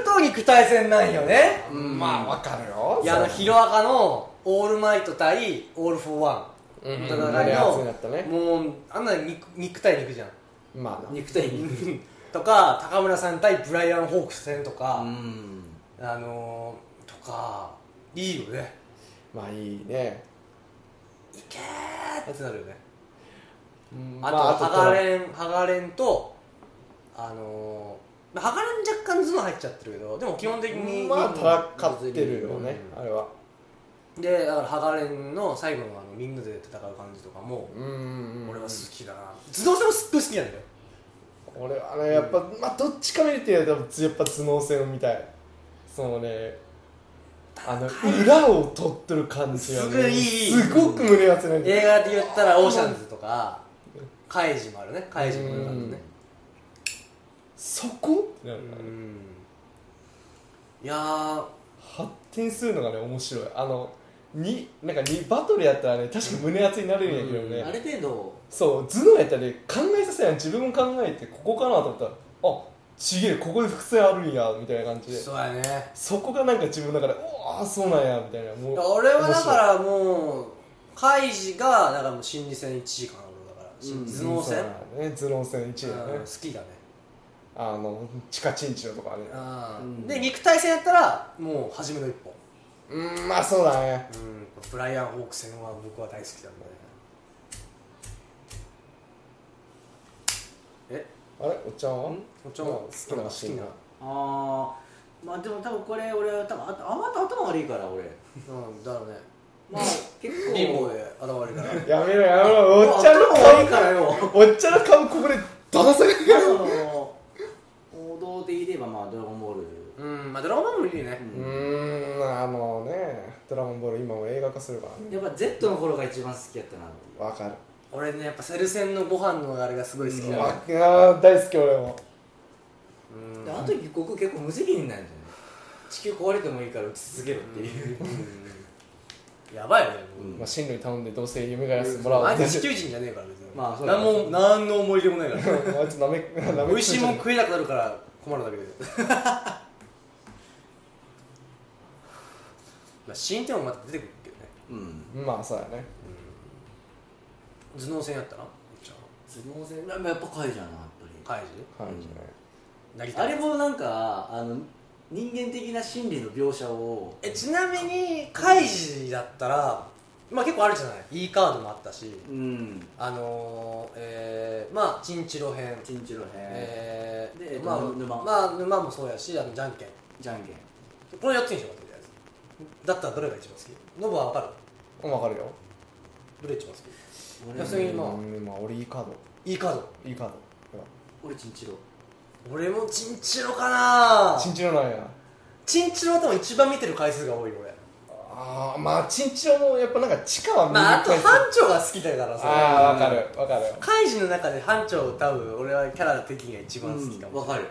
[SPEAKER 1] ると肉体戦なんよね
[SPEAKER 3] うんまあわかるよ
[SPEAKER 1] いやあの
[SPEAKER 3] そ
[SPEAKER 1] ヒ
[SPEAKER 3] れ
[SPEAKER 1] ロアカのオールマイト対オール・フォー・ワ
[SPEAKER 3] うんうん
[SPEAKER 1] ン
[SPEAKER 3] 胸
[SPEAKER 1] 戦い
[SPEAKER 3] 熱になった
[SPEAKER 1] の
[SPEAKER 3] ね
[SPEAKER 1] もうあんな肉肉対肉じゃん
[SPEAKER 3] まあな
[SPEAKER 4] 肉体肉
[SPEAKER 1] とか高村さん対ブライアン・ホークス戦とか、
[SPEAKER 4] ん
[SPEAKER 1] あのー、とかいいよね
[SPEAKER 3] まあいいね
[SPEAKER 1] いけーってなるよね
[SPEAKER 3] うん
[SPEAKER 1] あと、
[SPEAKER 3] ま
[SPEAKER 1] ハガレンハガレンとあのまあ、はからに若干頭脳入っちゃってるけどでも基本的に、
[SPEAKER 3] まあ戦ってるよね、
[SPEAKER 1] うん
[SPEAKER 3] あれは
[SPEAKER 1] でだからハガレンの最後のあのみんなで戦う感じとかも、
[SPEAKER 3] うんうんうん
[SPEAKER 1] 俺は好きだな頭脳戦もすっごい好きなんだよ
[SPEAKER 3] 俺はねやっぱ、まあどっちか見るっていうのは多分やっぱ頭脳戦を見たいそのねあの裏を取ってる感じが、ね、
[SPEAKER 1] すごいいい
[SPEAKER 3] すごく胸が熱い
[SPEAKER 1] 映画で言ったらオーシャンズとかカイジもあるねカイジもよかったね
[SPEAKER 3] そこってなる
[SPEAKER 1] う
[SPEAKER 3] からね
[SPEAKER 1] んいやー
[SPEAKER 3] 発展するのがね面白いあのになんかにバトルやったらね確か胸熱になるんやけどね、
[SPEAKER 1] うん
[SPEAKER 4] ある程度
[SPEAKER 3] そう頭脳やったらね考えさせない自分も考えてここかなと思ったらあちげえここで伏線あるんやみたいな感じで
[SPEAKER 1] そうやね
[SPEAKER 3] そこがなんか自分の中でおおそうなんやみたいなもう
[SPEAKER 1] 俺はだからもうカイジがだからもう心理戦1時間俺だから
[SPEAKER 4] うん
[SPEAKER 1] 頭脳戦、
[SPEAKER 3] うんそうだね頭脳戦1位だ
[SPEAKER 1] うん
[SPEAKER 3] ね
[SPEAKER 1] 好きだね
[SPEAKER 3] あのチカチンチロとかね
[SPEAKER 1] うん
[SPEAKER 4] うん
[SPEAKER 1] で肉体戦やったらもう初めの一歩
[SPEAKER 3] うんまあそうだね
[SPEAKER 1] うんブライアン・ホーク戦は僕は大好きなんだねえ
[SPEAKER 3] あれおっちゃんは
[SPEAKER 1] お茶
[SPEAKER 3] うん
[SPEAKER 1] も
[SPEAKER 3] 好きなシーンが
[SPEAKER 4] ああまあでも多分これ俺は多分ああんま頭悪いから俺
[SPEAKER 1] うんだろうね
[SPEAKER 4] まあ結構
[SPEAKER 1] 貧乏で現 れるから
[SPEAKER 3] やめろやめろおっちゃんの
[SPEAKER 1] 頭悪い
[SPEAKER 3] 顔
[SPEAKER 1] からよ
[SPEAKER 3] おっちゃんの顔ここでダダ下がり
[SPEAKER 4] あの王道で言えばまあドラゴンボール
[SPEAKER 1] うんまあドラゴンボールもいいね
[SPEAKER 3] うーんあのね「ドラゴンボール」今も映画化するからね
[SPEAKER 4] やっぱ Z の頃が一番好きやったなっていう
[SPEAKER 3] わかる
[SPEAKER 1] 俺ねやっぱセル戦のご飯のあれがすごい好きなの
[SPEAKER 3] わあー大好き俺も
[SPEAKER 1] うん
[SPEAKER 4] であの時僕結構無責任なんじゃない地球壊れてもいいから打ち続けろっていう
[SPEAKER 1] うんやばいよね
[SPEAKER 4] うん
[SPEAKER 3] まあ親類頼んでどうせ夢がやらせてもらおう
[SPEAKER 1] あ
[SPEAKER 3] っ
[SPEAKER 1] い
[SPEAKER 3] て
[SPEAKER 1] つ地球人じゃねえから別に
[SPEAKER 4] まあそうだ
[SPEAKER 1] 何
[SPEAKER 4] ね
[SPEAKER 1] も何の思い出もないから
[SPEAKER 3] あいつな めなめ
[SPEAKER 1] 美味しいもん食えなくなるから困るだけで まあ新店もまた出てくるけどね
[SPEAKER 4] うん
[SPEAKER 3] まあそうだね
[SPEAKER 1] 頭脳戦やったなじゃ
[SPEAKER 4] 頭脳戦やっぱ怪じゃなやっ
[SPEAKER 1] あ
[SPEAKER 4] ぱ
[SPEAKER 1] カイ
[SPEAKER 3] 感じね
[SPEAKER 1] ジなぎ
[SPEAKER 4] り
[SPEAKER 1] た
[SPEAKER 4] あれもなんかあの人間的な心理の描写を
[SPEAKER 1] えちなみにカイジだったらまあ結構あるじゃない E カードもあったし
[SPEAKER 4] うん
[SPEAKER 1] あのー、えー、まあチンチロ編
[SPEAKER 4] チンチロ編、
[SPEAKER 1] えー、
[SPEAKER 4] でえっと
[SPEAKER 1] まあ
[SPEAKER 4] 沼
[SPEAKER 1] まあ沼もそうやしあのじゃんけん
[SPEAKER 4] じゃんけん
[SPEAKER 1] この4つにしようかとりあえずだったらどれが一番好きノブは分かる
[SPEAKER 3] うんわかるよ
[SPEAKER 1] どれ一番好き
[SPEAKER 4] 俺
[SPEAKER 1] 普通にまあ
[SPEAKER 3] うんまあ俺いいカード
[SPEAKER 1] E カード
[SPEAKER 3] いいカー
[SPEAKER 4] 俺チンチロ
[SPEAKER 1] 俺もチンチロかな
[SPEAKER 3] ドチンチロなんや
[SPEAKER 1] チンチロは多分一番見てる回数が多い俺
[SPEAKER 3] ああまあチンチロもやっぱなんか地下は見に
[SPEAKER 1] まああと
[SPEAKER 3] 行きたい
[SPEAKER 1] 班長が好きだから
[SPEAKER 3] ああ
[SPEAKER 1] さ
[SPEAKER 3] わかるわかる
[SPEAKER 1] カイジの中で班長多分俺はキャラ的には一番好きかも、
[SPEAKER 4] わかる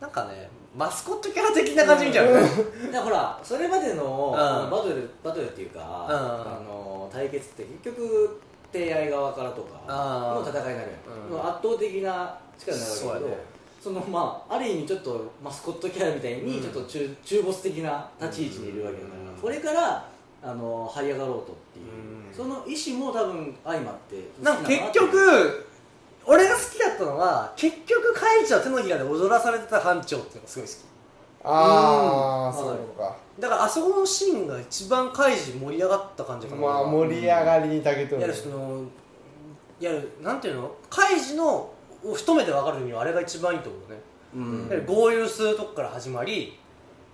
[SPEAKER 1] なんかねマスコットキャラ的な感じみたいな、
[SPEAKER 4] だからほらそれまでの
[SPEAKER 1] うん
[SPEAKER 4] あのバトルバトルっていうか、
[SPEAKER 1] ん
[SPEAKER 4] あの対決って結局提愛側からとか
[SPEAKER 1] あー
[SPEAKER 4] の戦いになる
[SPEAKER 1] うん
[SPEAKER 4] もう圧倒的な力になる
[SPEAKER 1] そう
[SPEAKER 4] わ
[SPEAKER 1] や
[SPEAKER 4] けだけど
[SPEAKER 1] ね
[SPEAKER 4] そのまあある意味ちょっとマスコットキャラみたいに
[SPEAKER 1] うん
[SPEAKER 4] ちょっと中,、中ボス的な立ち位置にいるわけだから、
[SPEAKER 1] うん
[SPEAKER 4] これからあの這い上がろうとっていう、
[SPEAKER 1] うん
[SPEAKER 4] その意思も多分相まって
[SPEAKER 1] なんか結
[SPEAKER 4] 好
[SPEAKER 1] 局俺が好きだったのは結局カイジは手のひらで踊らされてた班長っていうのがすごい好き
[SPEAKER 3] ああ
[SPEAKER 4] うん
[SPEAKER 3] そういうことか
[SPEAKER 1] だからあそこのシーンが一番カイジ盛り上がった感じかな
[SPEAKER 3] まあ盛り上がりにたけと
[SPEAKER 1] い
[SPEAKER 3] る
[SPEAKER 1] やるそのいやるなんていうのカイジのを一目で分かるにはあれが一番いいと思うね、
[SPEAKER 4] きうん
[SPEAKER 1] やはり合流するとこから始まり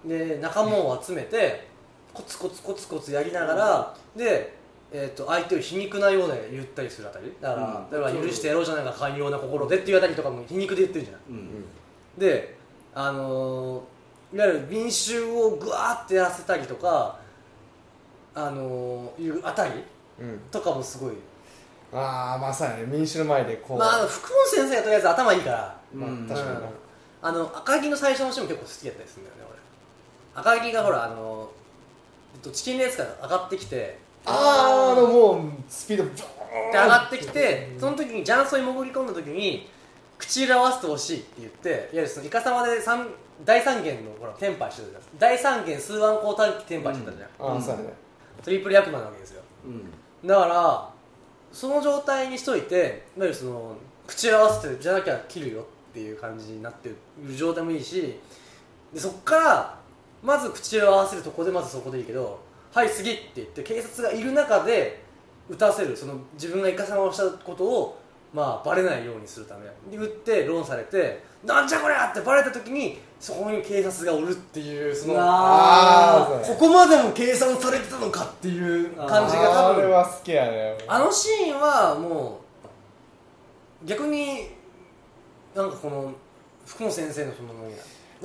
[SPEAKER 1] で仲間を集めて、コツコツコツコツやりながら、で、えー、と相手を皮肉なようで言ったりするあたりだから、
[SPEAKER 4] うん
[SPEAKER 1] だから許してやろうじゃないか寛容な心でっていうあたりとかも皮肉で言ってるじゃん
[SPEAKER 4] うん
[SPEAKER 3] うん
[SPEAKER 1] であのーいわゆる民衆をぐわーってやらせたりとかあのーいうあたり
[SPEAKER 3] うん
[SPEAKER 1] とかもすごい
[SPEAKER 3] ああまあそうやね民主の前でこう
[SPEAKER 1] まああの、福本先生がとりあえず頭いいから、
[SPEAKER 4] う
[SPEAKER 3] まあ
[SPEAKER 4] ん
[SPEAKER 3] 確かにな
[SPEAKER 1] あの赤城の最初のシーンも結構好きだったりするんだよね俺赤城がほらあの、えっと、チキンレースから上がってきて
[SPEAKER 3] あーあのもうスピードブー
[SPEAKER 1] で上がってきてその時に雀荘に潜り込んだ時に口裏を合わせてほしいって言っていわゆるそのイカ様で三大三元のほらテンパイしてたじゃん大三元数万光短期テンパイしてたじゃん、
[SPEAKER 3] ああそうやね
[SPEAKER 1] トリプル役満なわけですよ
[SPEAKER 4] うん
[SPEAKER 1] だからその状態にしといていわゆるその口を合わせてじゃなきゃ切るよっていう感じになってる状態もいいしでそこからまず口を合わせるとこでまずそこでいいけど「はい次」って言って警察がいる中で打たせるその自分がイカサマをしたことをまあ、バレないようにするためで打ってローンされてなんじゃこりゃってバレた時にそこに警察がおるっていうその
[SPEAKER 4] うわ
[SPEAKER 1] あ
[SPEAKER 3] ー
[SPEAKER 1] ーここまでも計算されてたのかっていう感じが多
[SPEAKER 3] あれ
[SPEAKER 1] 分
[SPEAKER 3] は好きやね
[SPEAKER 1] あのシーンはもう逆になんかこの福本先生のその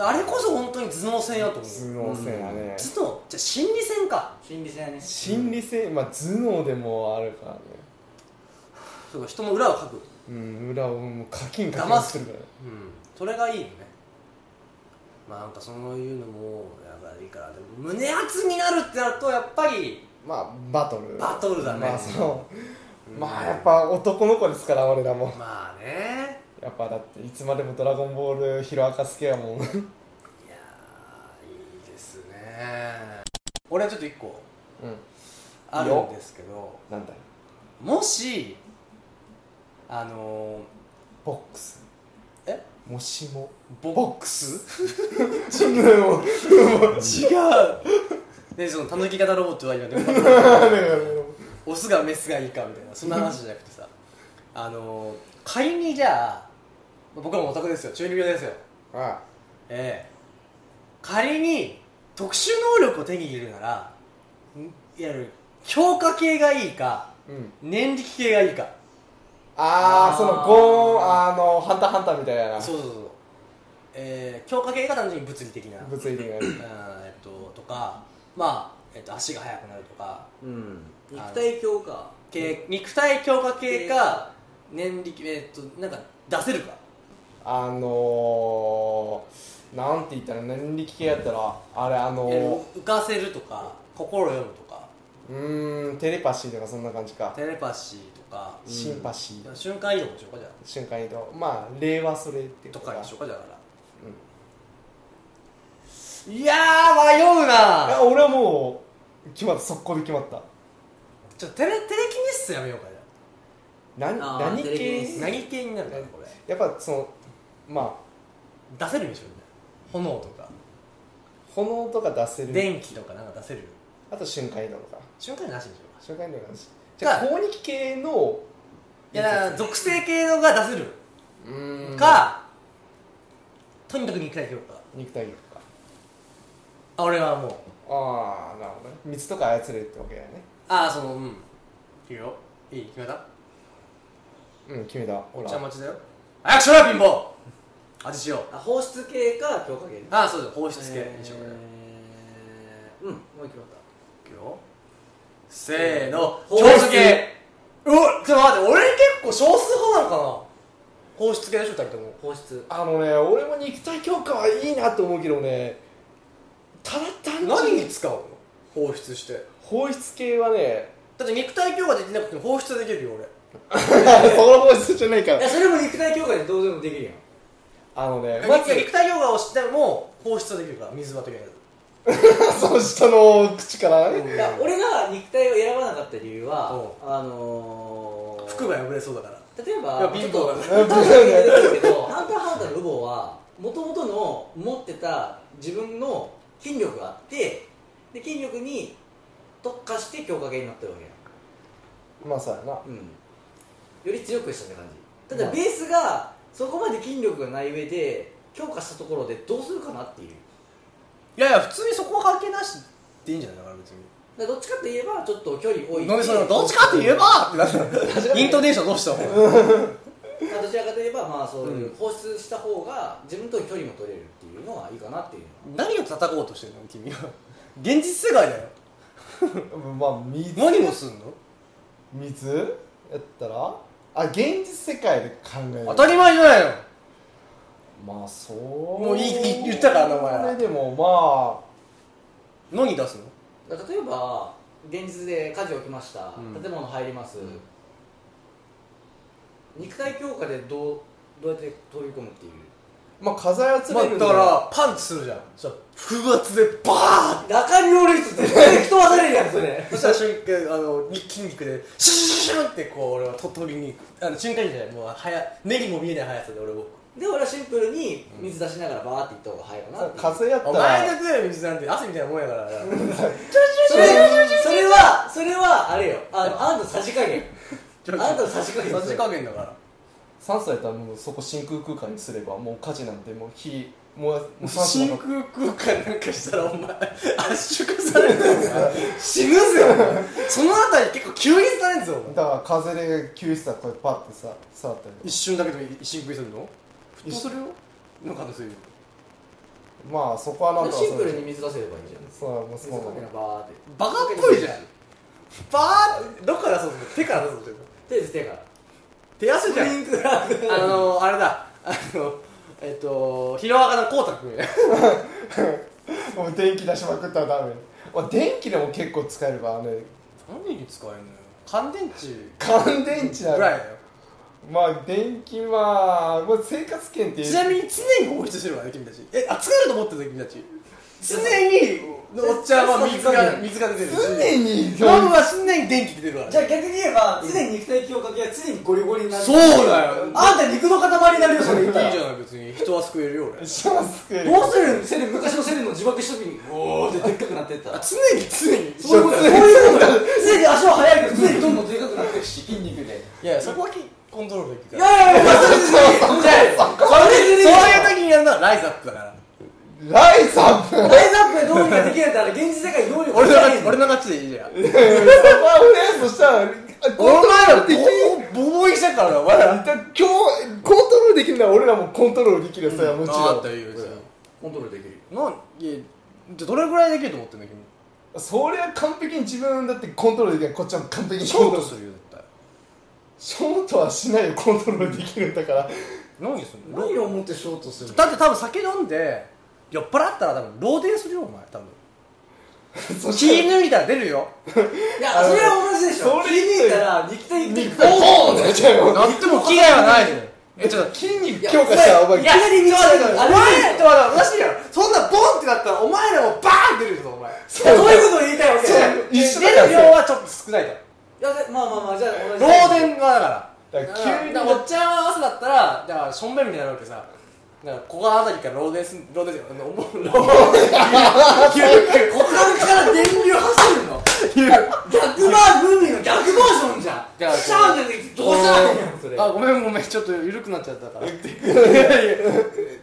[SPEAKER 1] あれこそ本当に頭脳戦やと思う
[SPEAKER 3] 頭脳戦やね、
[SPEAKER 1] 頭脳じゃあ心理戦か
[SPEAKER 4] 心理戦やね
[SPEAKER 3] 心理戦まあ頭脳でもあるからね
[SPEAKER 1] そうか人の裏をかく、
[SPEAKER 3] うん裏をもう課金課
[SPEAKER 1] 騙
[SPEAKER 3] 金
[SPEAKER 1] す
[SPEAKER 3] するから
[SPEAKER 1] うん、それがいいよねまあなんかそういうのもやっぱいいからでも胸熱になるってなるとやっぱり
[SPEAKER 3] まあバトル
[SPEAKER 1] バトルだね
[SPEAKER 3] まあそう、
[SPEAKER 1] うん
[SPEAKER 3] まあやっぱ男の子ですから俺らも
[SPEAKER 1] まあね
[SPEAKER 3] やっぱだっていつまでも「ドラゴンボール」ヒロアカスケやもん
[SPEAKER 1] い
[SPEAKER 3] うん
[SPEAKER 1] やーいいですね俺はちょっと一個あるんですけど
[SPEAKER 3] なんだよ
[SPEAKER 1] もしあの
[SPEAKER 3] ボックス
[SPEAKER 1] え
[SPEAKER 3] もしも
[SPEAKER 1] ボ
[SPEAKER 3] ボッ
[SPEAKER 1] クス
[SPEAKER 3] ちょっとでも
[SPEAKER 1] 違う でそのたぬき型ロボットは今でもオスがメスがいいかみたいなそんな話じゃなくてさあの仮にじゃあ僕はもうオタクですよ中二病ですよ
[SPEAKER 3] あ
[SPEAKER 1] ええ仮に特殊能力を手に入れるならんいわゆる強化系がいいか
[SPEAKER 3] あうん
[SPEAKER 1] 念力系がいいか
[SPEAKER 3] あー
[SPEAKER 4] あー
[SPEAKER 3] そのゴーンあのハンターハンターみたいな
[SPEAKER 1] そうそうそうそうええ強化系が単純に物理的な
[SPEAKER 3] 物理的なや
[SPEAKER 1] うんえっと、とか、まあえっと、足が速くなるとか
[SPEAKER 4] うん肉体強化
[SPEAKER 1] 系肉体強化系か年力、えっと、なんか出せるか
[SPEAKER 3] あのー、なんて言ったら何力系やったらあれあの
[SPEAKER 1] え
[SPEAKER 3] ー、
[SPEAKER 1] 浮かせるとか心を読むとか
[SPEAKER 3] うーんテレパシーとかそんな感じか
[SPEAKER 1] テレパシーとか、
[SPEAKER 3] シンパシー、
[SPEAKER 1] 瞬間移動でしょうかじゃ
[SPEAKER 3] 瞬間移動まあ令和それっ
[SPEAKER 1] あ
[SPEAKER 3] ていう
[SPEAKER 1] と
[SPEAKER 3] こ
[SPEAKER 1] か
[SPEAKER 3] が
[SPEAKER 1] でしょうかじゃあだから、いやー迷う
[SPEAKER 3] あ
[SPEAKER 1] な
[SPEAKER 3] 俺はもう決まった速攻で決まった
[SPEAKER 1] ちょテレテレキネシスやめようかじゃ
[SPEAKER 3] 何
[SPEAKER 4] あー
[SPEAKER 3] 何
[SPEAKER 4] テレビで
[SPEAKER 3] 系
[SPEAKER 4] す
[SPEAKER 1] あ何系になるかなこれ
[SPEAKER 3] やっぱそのまあ
[SPEAKER 1] 出せるんでしょみんな炎とか
[SPEAKER 3] 炎とか出せる
[SPEAKER 1] 電気とかなんか出せる
[SPEAKER 3] あと瞬間移動とか
[SPEAKER 1] 瞬間移動なしにしようか
[SPEAKER 3] 瞬間移動の話じゃあ
[SPEAKER 1] か
[SPEAKER 3] 高力系の
[SPEAKER 1] いやだから属性系のが出せる
[SPEAKER 3] うーん
[SPEAKER 1] か、とにかく肉体強化
[SPEAKER 3] 肉体力か
[SPEAKER 1] あ俺はもう
[SPEAKER 3] ああなるほどね水とか操れるってわけだよね
[SPEAKER 1] ああそのうんいいよいい決めた
[SPEAKER 3] うん決めた
[SPEAKER 1] お
[SPEAKER 3] ほ
[SPEAKER 1] っ
[SPEAKER 3] ら
[SPEAKER 1] ちゃん待ちだよ早くしろよ貧乏味しよう
[SPEAKER 4] あ放出系か強化系
[SPEAKER 1] ああそうです放出系にしようかじゃ
[SPEAKER 4] えーうんもう決まった
[SPEAKER 1] あいくよせーの
[SPEAKER 4] 放
[SPEAKER 1] 放
[SPEAKER 4] 出
[SPEAKER 1] 出系うわちょっと待って俺結構少数派なのかな放出系でしょ2人とも
[SPEAKER 4] 放出
[SPEAKER 3] あのね俺も肉体強化はいいなと思うけどねただ単
[SPEAKER 1] 何
[SPEAKER 3] 純
[SPEAKER 1] に
[SPEAKER 3] に
[SPEAKER 1] 使うの放出して
[SPEAKER 3] 放出系はね
[SPEAKER 1] だって肉体強化できなくても放出できるよ俺
[SPEAKER 3] そこの放出じゃないか
[SPEAKER 4] い
[SPEAKER 3] ら
[SPEAKER 4] やそれも肉体強化でどうでもできるやん
[SPEAKER 3] あのねま
[SPEAKER 1] まず
[SPEAKER 3] ず
[SPEAKER 1] 肉体強化をしても放出できるから水はとりあえず
[SPEAKER 3] その下の口からね
[SPEAKER 4] いや俺が肉体を選ばなかった理由は
[SPEAKER 1] う
[SPEAKER 4] あのー、
[SPEAKER 1] 服が破れそうだから
[SPEAKER 4] 例え
[SPEAKER 1] いや
[SPEAKER 4] ばちょ
[SPEAKER 1] 貧
[SPEAKER 4] っ
[SPEAKER 1] 乏
[SPEAKER 4] と
[SPEAKER 1] だね
[SPEAKER 4] ハンターハンタ ーだけどハンターハンターのウボはもともとの持ってた自分の筋力があってで筋力に特化して強化系になってるわけや
[SPEAKER 3] まあそうやな
[SPEAKER 4] うんより強くしたって感じ
[SPEAKER 3] ま
[SPEAKER 4] ただ
[SPEAKER 3] あ
[SPEAKER 4] ベースがそこまで筋力がない上で強化したところでどうするかなっていう
[SPEAKER 1] いやいや普通にそこは関係なしっていいんじゃないだから別に
[SPEAKER 4] だからどっちかって言えばちょっと距離多い
[SPEAKER 1] 飲みそのどっちかって言えばってなってイントネーションどうしたの
[SPEAKER 4] まあどちらかといえばまあそういううん放出した方が自分との距離も取れるっていうのはいいかなっていうのは
[SPEAKER 1] 何を叩こうとしてるの君は現実世界だよ
[SPEAKER 3] まあ水
[SPEAKER 1] 何をすんの
[SPEAKER 3] 水やったらあ現実世界で考える
[SPEAKER 1] 当たり前じゃないの
[SPEAKER 3] まあそうも
[SPEAKER 1] ういいい言ったからなお前ら
[SPEAKER 3] それでも
[SPEAKER 1] 何出すの
[SPEAKER 4] だから例えば現実で火事起きました、
[SPEAKER 1] うん
[SPEAKER 4] 建物入ります、
[SPEAKER 1] ん
[SPEAKER 4] 肉体強化でどうどうやって取り込むっていう
[SPEAKER 3] まあまあ風操
[SPEAKER 1] ま
[SPEAKER 3] れ
[SPEAKER 1] あ
[SPEAKER 3] るん
[SPEAKER 1] だからパンチするじゃんそしたら風圧でバーン
[SPEAKER 4] 中におる人絶対人忘れるやんそれ
[SPEAKER 1] そしたら瞬間あの筋肉でシュシュシュシュってこう俺はと取りに行くあの瞬間じゃないもうはやネギも見えない速さで俺を
[SPEAKER 4] で俺はシンプルに水出しながらバーっていった方が早いかなっていう
[SPEAKER 3] 風やった
[SPEAKER 1] お
[SPEAKER 3] ら
[SPEAKER 1] 前の食える水なんて汗みたいなもんやからな
[SPEAKER 4] それそれはそれはあれよあのあなたのさじ加減
[SPEAKER 1] ちょ
[SPEAKER 4] あなたのさじ加減
[SPEAKER 1] さじ加減だから
[SPEAKER 3] 酸素やったらもうそこ真空空間にすればもう火事なんてもう火もうもう酸素
[SPEAKER 1] 真
[SPEAKER 3] なんか
[SPEAKER 1] 空空間なんかしたらお前圧縮されるぞ死ぬぞお前そのあたり結構急にされんぞお前
[SPEAKER 3] だから風で救出したらこれパッてさ触ったりと
[SPEAKER 1] 一
[SPEAKER 3] か
[SPEAKER 1] 瞬だけでも真空にするの沸
[SPEAKER 3] 一
[SPEAKER 1] 騰するよの可能性
[SPEAKER 3] まあそこはなんか
[SPEAKER 4] シンプルに水出せればいいじゃん
[SPEAKER 3] そうもうそ
[SPEAKER 4] 水
[SPEAKER 3] う
[SPEAKER 4] か
[SPEAKER 3] な
[SPEAKER 4] け
[SPEAKER 3] の
[SPEAKER 4] なバーって
[SPEAKER 1] バカっぽいじゃんバーってどっから出そうと手から出そうとしてるの
[SPEAKER 4] 手で手から
[SPEAKER 1] 手汗じゃん
[SPEAKER 4] ピンクラー
[SPEAKER 1] あのあれだあのえっとヒロアカのこうたくん
[SPEAKER 3] もう電気出しまくったらダメ俺電気でも結構使えるからね
[SPEAKER 1] 何に使えんのよ乾電池
[SPEAKER 3] 乾電池だ
[SPEAKER 1] ぐ
[SPEAKER 3] ね
[SPEAKER 1] らいだよ
[SPEAKER 3] まあ電気まあ、まあ、生活圏っていう
[SPEAKER 1] ちなみに常に放出してるわね君たちえ暑くなると思ってる君たち常におっちゃんは水が水が出てるし
[SPEAKER 3] 常に
[SPEAKER 1] マムは常に電気出てるから
[SPEAKER 5] じゃあ逆に言えば常に肉体強化系は常にゴリゴリになる
[SPEAKER 1] そうだよ
[SPEAKER 5] あんた肉の塊になるよそれ言
[SPEAKER 1] いい
[SPEAKER 5] っ
[SPEAKER 1] じ
[SPEAKER 5] たら
[SPEAKER 1] ゃない別に人は救えるよ俺
[SPEAKER 3] しますく
[SPEAKER 5] どうするセレブ昔のセレブの自爆した時におおってでっかくなってった ら
[SPEAKER 1] 常に常に
[SPEAKER 5] そういうことだよそういうことだよ常に足は速いけど常にどんどんでかくなっていくし筋肉で
[SPEAKER 1] いやそこはきコントロールでき
[SPEAKER 5] い
[SPEAKER 1] るから
[SPEAKER 5] やいやいやそれじゃあそれ
[SPEAKER 1] そう
[SPEAKER 5] で
[SPEAKER 1] いう時にやるのはライズアップだから
[SPEAKER 3] ライザップ
[SPEAKER 5] ライズアップでどうにかできるんだったら現実世界にどうにか
[SPEAKER 1] 俺
[SPEAKER 5] で
[SPEAKER 1] の
[SPEAKER 5] きないん
[SPEAKER 1] 勝ち
[SPEAKER 5] だ
[SPEAKER 1] 俺の勝ちでいいじゃん
[SPEAKER 3] そこはフレーズとしたら
[SPEAKER 1] お前らボボボボイしたからなお前ら
[SPEAKER 3] 今日コントロールできるなら俺らもコントロールできるよそれはもち
[SPEAKER 1] あった
[SPEAKER 3] ろ
[SPEAKER 1] よ言うじゃん
[SPEAKER 4] コントロールできる
[SPEAKER 1] なんいやじゃあどれぐらいできると思ってんだ君
[SPEAKER 3] んそりゃ完璧に自分だってコントロールできないこっちは完璧に
[SPEAKER 1] ショート
[SPEAKER 3] コントロール
[SPEAKER 1] するよ絶対
[SPEAKER 3] ショートはしないよコントロールできるんだから
[SPEAKER 1] 何すんの
[SPEAKER 4] 何を思ってショートするの
[SPEAKER 1] だって多分酒飲んで酔っ払ったら多分漏電するよお前多分
[SPEAKER 3] そ
[SPEAKER 1] 血
[SPEAKER 3] して
[SPEAKER 1] 抜いたら出るよ
[SPEAKER 5] いやそれは同じでしょ
[SPEAKER 3] そ
[SPEAKER 5] 気
[SPEAKER 3] れ
[SPEAKER 5] に入ったら肉体
[SPEAKER 3] 肉ボーンってなっちゃうよ
[SPEAKER 1] なっても危害はないじゃんえちょっと
[SPEAKER 3] 筋肉強化したらお前
[SPEAKER 1] いや、
[SPEAKER 5] いきなり見つかる
[SPEAKER 1] お前らとはおかしいやろそんなボンってなったらお前らもバーン出るぞお前
[SPEAKER 5] いやそういうことを言いたいわけ
[SPEAKER 3] そう
[SPEAKER 5] い
[SPEAKER 3] 一緒だ
[SPEAKER 1] 出る量
[SPEAKER 3] から
[SPEAKER 1] はちょっと少ないと
[SPEAKER 5] やでまあまあまあじゃあ同じ
[SPEAKER 1] 漏電がだから
[SPEAKER 3] だから急に
[SPEAKER 1] だからおっちゃんは朝だったらだからしょんべんみたいになるわけさだからここあたりから漏電す漏電すあの思う漏電急に
[SPEAKER 5] 股間から電流走るの
[SPEAKER 1] 急に
[SPEAKER 5] 逆バーグーミーの逆バージョンじゃ
[SPEAKER 1] じゃあ
[SPEAKER 5] んシャーンじゃなくてどうしたらいいのそれ
[SPEAKER 1] あごめんごめんちょっと緩くなっちゃったからって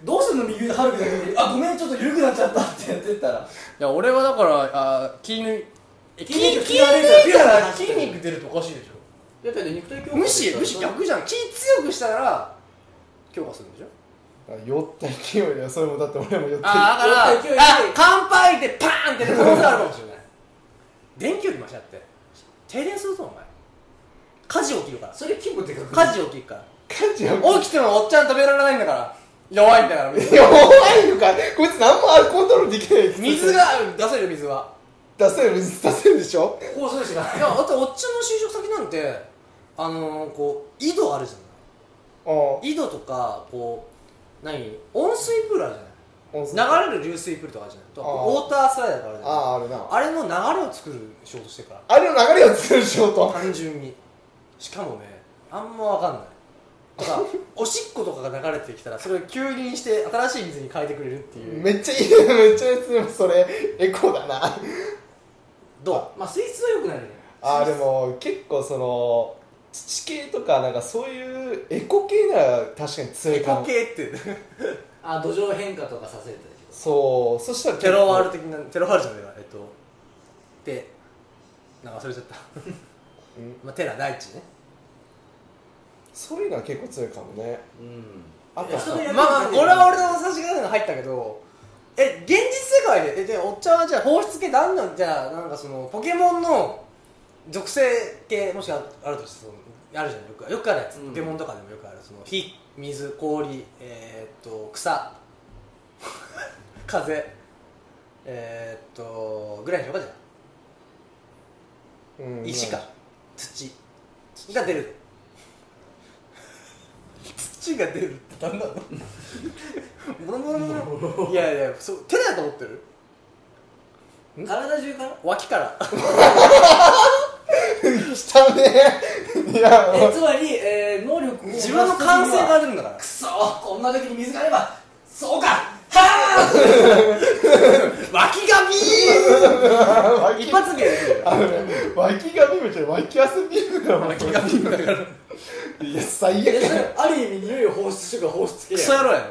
[SPEAKER 5] どうすんの右腕はるくだけにあごめんちょっと緩くなっちゃったってやってったら
[SPEAKER 1] いや俺はだからあ筋肉
[SPEAKER 5] 筋肉
[SPEAKER 1] 筋肉から
[SPEAKER 5] 筋
[SPEAKER 1] 筋肉出るとおかしいでし
[SPEAKER 4] だって肉体強
[SPEAKER 1] ょ
[SPEAKER 4] 化
[SPEAKER 1] むしむし逆じゃん筋強くしたら強化するんでしょ
[SPEAKER 3] 酔った勢いだよそれもだって俺も酔ってる
[SPEAKER 1] あだ
[SPEAKER 4] やっ
[SPEAKER 1] か
[SPEAKER 4] た勢い
[SPEAKER 1] らあ乾杯でパーンって出る可能性あるかもしれない電気よりマシだって停電するぞお前火事起きるから
[SPEAKER 4] それ規模でかくない
[SPEAKER 1] 火事起きるから
[SPEAKER 3] 感じやもう
[SPEAKER 1] 起きてもおっちゃん食べられないんだから弱いんだから水
[SPEAKER 3] 弱いのかこいつ何もコントロールできないやつ
[SPEAKER 1] 水が出せる水は
[SPEAKER 3] 出せる水出せるでしょ
[SPEAKER 5] こうするしかない
[SPEAKER 1] いやだっておっちゃんの就職先なんてあのー、こう井戸あるじゃ
[SPEAKER 3] う
[SPEAKER 1] ない井戸とかこう何温水プールある
[SPEAKER 3] ん
[SPEAKER 1] じゃない流れる流水プールとかあるじゃないと
[SPEAKER 3] あ
[SPEAKER 1] ウ
[SPEAKER 3] ー
[SPEAKER 1] ォータースライダーとかあるじゃない
[SPEAKER 3] あああれな
[SPEAKER 1] あれの流れを作る仕事してるか
[SPEAKER 3] あれの流れを作る仕事
[SPEAKER 1] ら単純にしかもねあんま分かんないとか おしっことかが流れてきたらそれを吸引して新しい水に変えてくれるっていう
[SPEAKER 3] めっちゃいいめっちゃいいでもそれエコだな
[SPEAKER 1] どう
[SPEAKER 5] まあ水質は良くなるね
[SPEAKER 3] あーでも結構その土系とかなんかそういうエコ系なら確かに強
[SPEAKER 1] エ
[SPEAKER 3] いか
[SPEAKER 1] コ
[SPEAKER 3] も
[SPEAKER 1] 系って
[SPEAKER 4] あ土壌変化とかさせるってこ
[SPEAKER 3] そ
[SPEAKER 4] と
[SPEAKER 3] うそしたら
[SPEAKER 1] テロワール的なテロワールじゃないわえっとでなんか忘れちゃった
[SPEAKER 3] うん
[SPEAKER 1] まあテラ第一ね
[SPEAKER 3] そういうのは結構強いかもね
[SPEAKER 4] うん
[SPEAKER 3] あ
[SPEAKER 5] いやそ
[SPEAKER 3] と
[SPEAKER 5] れ
[SPEAKER 1] まあまあこれは俺の差し方が入ったけどえ現実世界でえでおっちゃんはじゃあ放出系ってあんのじゃあなんかそのポケモンの属性系もしくはあるとしてそのあるじゃんよくよくあるやつ、
[SPEAKER 4] うん
[SPEAKER 1] ポケモンとかでもよくあるその火水氷えー、っと草 風えー、っとぐらいにしようかじゃあ
[SPEAKER 3] うん
[SPEAKER 1] 石か土が出る土が出るって何なの もろもろもろいやいやそう手だと思ってる
[SPEAKER 4] 体中から
[SPEAKER 1] 脇から
[SPEAKER 3] 汚ね えいや
[SPEAKER 5] えつまり、えー、能力を
[SPEAKER 1] 自分の感性が
[SPEAKER 5] く
[SPEAKER 1] 出るんだから
[SPEAKER 5] くそーこんな時に水があればそうかはー
[SPEAKER 1] 脇がビーン
[SPEAKER 3] 脇
[SPEAKER 1] 一発芸できるよ
[SPEAKER 3] あのね脇がビームじゃない脇汗ビームだもん
[SPEAKER 1] 脇がビーンだから
[SPEAKER 3] いや最悪
[SPEAKER 4] いやそれある意味匂いを放出してるから放出系
[SPEAKER 1] ク
[SPEAKER 4] や
[SPEAKER 1] ソ野郎やん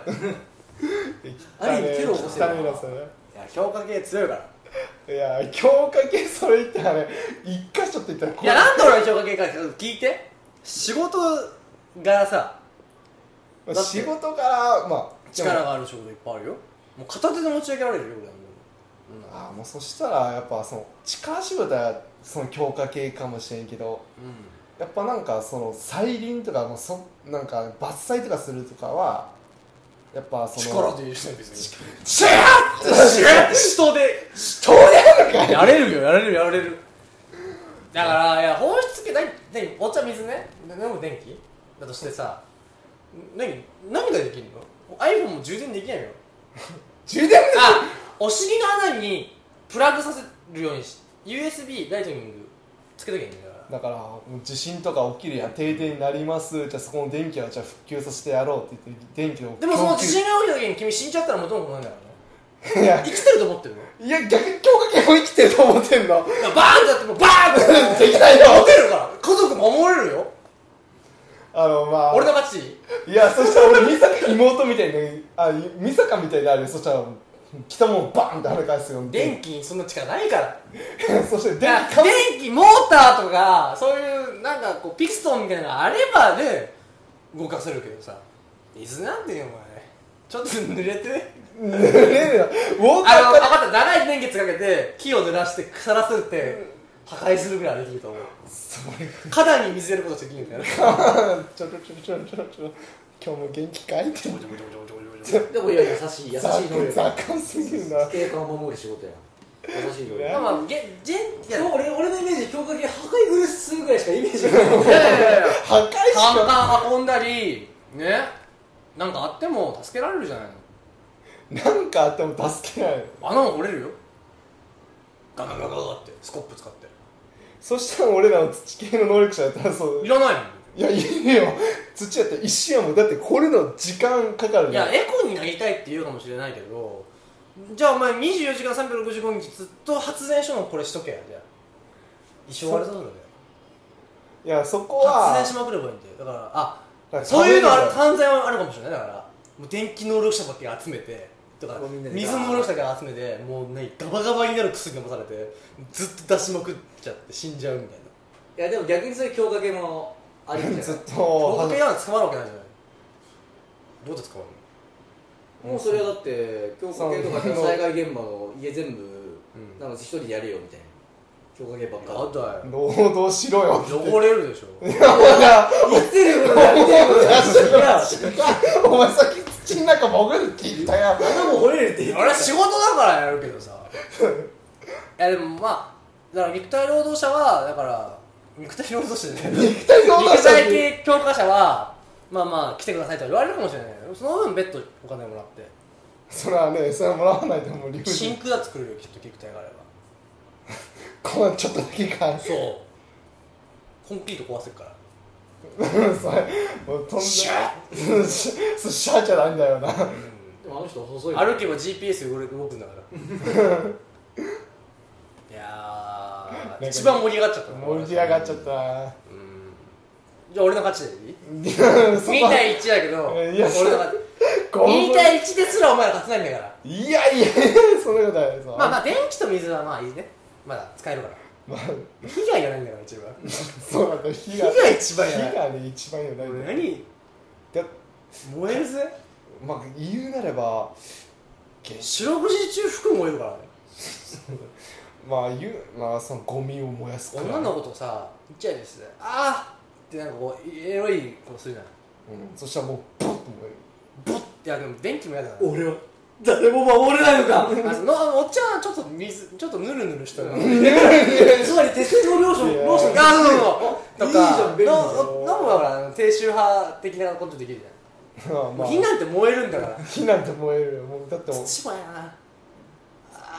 [SPEAKER 4] ある意味テロ起こせる
[SPEAKER 3] 汚いなそれ
[SPEAKER 1] いや強化系強いから
[SPEAKER 3] いや強化系それ言ったらね一箇所って言ったら
[SPEAKER 1] いや
[SPEAKER 3] ま
[SPEAKER 1] なんで俺が強化系か聞いて仕事柄さ
[SPEAKER 3] あ
[SPEAKER 1] だって
[SPEAKER 3] 仕事からまあでも
[SPEAKER 1] 力がある仕事いっぱいあるよもう片手で持ち上げられるよ俺はもう
[SPEAKER 3] ああもうそしたらやっぱその力仕事はその強化系かもしれんけど
[SPEAKER 1] う
[SPEAKER 3] やっぱなんかその再臨とかもうそなんか伐採とかするとかはやっぱそ
[SPEAKER 1] ん、
[SPEAKER 3] の
[SPEAKER 1] 力でいいし別に
[SPEAKER 3] シャー
[SPEAKER 1] 人で
[SPEAKER 3] 人でやる
[SPEAKER 1] やれるよやれるやれるだからいや放出系何何お茶水ねで飲む電気だとしてさ何何ができるの iPhone も充電できないよ
[SPEAKER 3] 充電
[SPEAKER 1] あお尻の穴にプラグさせるようにし USB ライトニングつけときゃいいんだから
[SPEAKER 3] だからもう地震とか起きるやん停電になりますじゃあそこの電気はじゃあ復旧させてやろうって言って電気を
[SPEAKER 1] でもその
[SPEAKER 3] 供給
[SPEAKER 1] 地震が起きた時に君死んじゃったら元も子もないんだから
[SPEAKER 3] いや
[SPEAKER 1] な生きてると思って るの
[SPEAKER 3] いや逆に強化系も生きてると思ってんの
[SPEAKER 1] だからバーンってやってもバーンって
[SPEAKER 3] できないよ
[SPEAKER 1] 持てるから家族守れるよ
[SPEAKER 3] あのまあ
[SPEAKER 1] 俺の勝ち
[SPEAKER 3] いやそしたら俺美坂妹みたいにあ美坂みたいになるよそしたら来たもんバーンって跳ね返すよ
[SPEAKER 1] 電気にそんな力ないから
[SPEAKER 3] 気そして電
[SPEAKER 1] い
[SPEAKER 3] 気
[SPEAKER 1] や
[SPEAKER 3] かぶ
[SPEAKER 1] 電気モーターとかそういうなんかこうピストンみたいなのがあればね動かせるけどさ水なんてよお前ちょっと濡れてね
[SPEAKER 3] 濡れるよウォータ
[SPEAKER 1] あの
[SPEAKER 3] ー
[SPEAKER 1] 分
[SPEAKER 3] か
[SPEAKER 1] かった長い年月かけて木を濡らして腐らせるって破壊するぐらいはできると思う花壇に水やることしてできるんだ よね
[SPEAKER 3] らちょろちょろちょろちょろちょろ今日も元気かいって
[SPEAKER 4] でもいや優しい優しい
[SPEAKER 3] 雑
[SPEAKER 4] 能力
[SPEAKER 3] 雑感すぎるな
[SPEAKER 4] 経過を守る仕事や優しい能
[SPEAKER 3] ね
[SPEAKER 4] 力
[SPEAKER 1] まあまあげジェンいやいや
[SPEAKER 4] 俺俺のイメージ強化系破壊グルスするぐらいしかイメージがない
[SPEAKER 1] いやいや
[SPEAKER 3] 破壊し
[SPEAKER 1] カン
[SPEAKER 3] か
[SPEAKER 1] カン運んだりねなんかあっても助けられるじゃないの
[SPEAKER 3] なんかあっても助けない
[SPEAKER 1] 穴も掘れるよガガガガガってスコップ使って
[SPEAKER 3] そしたら俺らの土系の能力者やったらそう
[SPEAKER 1] いらない
[SPEAKER 3] いやいいよ土やったら石やもんだってこれの時間かか
[SPEAKER 1] もん
[SPEAKER 3] る
[SPEAKER 1] い
[SPEAKER 3] ね
[SPEAKER 1] やエコになりたいって言うかもしれないけどじゃあお前24時間365日ずっと発電所のこれしとけやじゃあ一生割れそうだよ
[SPEAKER 3] いやそこは
[SPEAKER 1] 発電しまくればいいんだよだからあ
[SPEAKER 3] だから
[SPEAKER 1] そういうのある
[SPEAKER 3] 食
[SPEAKER 1] 犯罪はあるかもしれないだからもう電気能力者ばっかり集めてとか
[SPEAKER 4] もうみんなで
[SPEAKER 1] 水能力者ばっかり集めてもうねガバガバになる薬飲まされてずっと出しまくっちゃって死んじゃうみたいない
[SPEAKER 4] やでも逆にそれ強化系もあり
[SPEAKER 3] べ
[SPEAKER 4] ん
[SPEAKER 3] る
[SPEAKER 4] じ
[SPEAKER 3] よず
[SPEAKER 4] ゃな
[SPEAKER 3] っ
[SPEAKER 4] い
[SPEAKER 3] と
[SPEAKER 1] 強化系なんか捕まるわけないじゃないどうやって捕まる
[SPEAKER 4] もうそれはだって強化系とか
[SPEAKER 3] そう
[SPEAKER 4] 災害現場の家全部
[SPEAKER 1] うん
[SPEAKER 4] なんか一人でやるよみたいな強化系ばっか
[SPEAKER 1] のやだよ
[SPEAKER 3] 労働しろよ
[SPEAKER 1] 汚れる でしょ
[SPEAKER 4] り生き てることやってることやしいや
[SPEAKER 3] お前さっき土の中潜るって言ったやん
[SPEAKER 4] 穴も掘れるって言って
[SPEAKER 1] あれ仕事だからやるけどさいやでもまあだから肉体労働者はだから肉体労働者じゃない
[SPEAKER 3] 肉体労働
[SPEAKER 1] 肉
[SPEAKER 3] 者
[SPEAKER 1] 体
[SPEAKER 3] に
[SPEAKER 1] 系強化者はまあまあ来てくださいとは言われるかもしれないよその分別途お金もらって
[SPEAKER 3] それはねそれはもらわないともう理不
[SPEAKER 1] 真
[SPEAKER 3] 尽
[SPEAKER 1] 空だってくれるよきっと肉体があれば
[SPEAKER 3] こんなちょっとだけか
[SPEAKER 1] そうコンクリート壊せるから
[SPEAKER 3] うんそれもう飛んでシャーシャーじゃないんだよな
[SPEAKER 4] でもあの人細いから
[SPEAKER 1] 歩けば GPS 動くんだから いや
[SPEAKER 3] か
[SPEAKER 1] ー一番盛り上がっちゃったな
[SPEAKER 3] 盛り上がっちゃった
[SPEAKER 1] う
[SPEAKER 3] な
[SPEAKER 1] んじゃあ俺の勝ちでいい
[SPEAKER 3] そこ
[SPEAKER 1] 2対1だけど
[SPEAKER 3] え
[SPEAKER 1] 俺
[SPEAKER 3] いや
[SPEAKER 1] の
[SPEAKER 3] そ
[SPEAKER 1] 勝ち
[SPEAKER 3] ごめん
[SPEAKER 1] 2対1ですらお前ら勝てないんだから
[SPEAKER 3] いやいやそんなことないです
[SPEAKER 1] まあまあ電気と水はまあいいねまだ使えるから
[SPEAKER 3] まあ
[SPEAKER 1] 被害がないんだから一番
[SPEAKER 3] そうなんだ火が
[SPEAKER 1] 火が一番やばい
[SPEAKER 3] 火がね一番やばいね
[SPEAKER 1] 何
[SPEAKER 3] だ
[SPEAKER 1] 燃えるぜ
[SPEAKER 3] まあ言うなれば原子
[SPEAKER 1] 四六時中服燃えるからね
[SPEAKER 3] まあ言うまあそのゴミを燃やすから
[SPEAKER 1] 女の子とさイチャイチャしてあーってなんかこうエロいことするじゃない
[SPEAKER 3] うんそしたらもうポッと燃える
[SPEAKER 1] ボッていやでも電気も嫌だな
[SPEAKER 4] 俺は誰も守れないのか
[SPEAKER 1] あのおっちゃんはちょっと水ちょっとぬるぬる したの
[SPEAKER 4] つまり手数料両所
[SPEAKER 3] いや
[SPEAKER 4] 両
[SPEAKER 1] あそ
[SPEAKER 4] 所
[SPEAKER 1] うそうそうと
[SPEAKER 4] いいじゃん
[SPEAKER 1] か
[SPEAKER 4] 便利だよ
[SPEAKER 1] ののむはほら低周波的なことできるじゃ
[SPEAKER 3] まあま
[SPEAKER 1] ん
[SPEAKER 3] あ
[SPEAKER 1] 火なんて燃えるんだから
[SPEAKER 3] 火なんて燃えるよもうだってもう
[SPEAKER 1] 千葉やな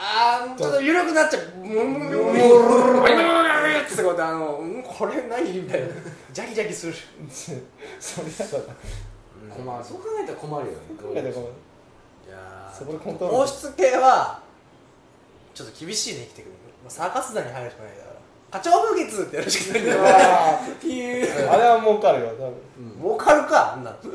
[SPEAKER 1] あーちょっと緩くなっちゃうもうもうもうもうもうもうってすごいあのうんこれ何みたいなジャキジャキする
[SPEAKER 3] そそれやだな
[SPEAKER 4] 困るそう考えたら困るよね
[SPEAKER 3] 考えたらごめん
[SPEAKER 1] いや
[SPEAKER 3] そこでコントロー
[SPEAKER 1] 放出系はちょっと厳しいね生きてくる、まあ、サーカス団に入るしかないだから課長風月ってよろしくなるんだよね
[SPEAKER 3] あ
[SPEAKER 1] ピュー
[SPEAKER 3] れは儲かるよ多分
[SPEAKER 1] 儲かるかあんなのうん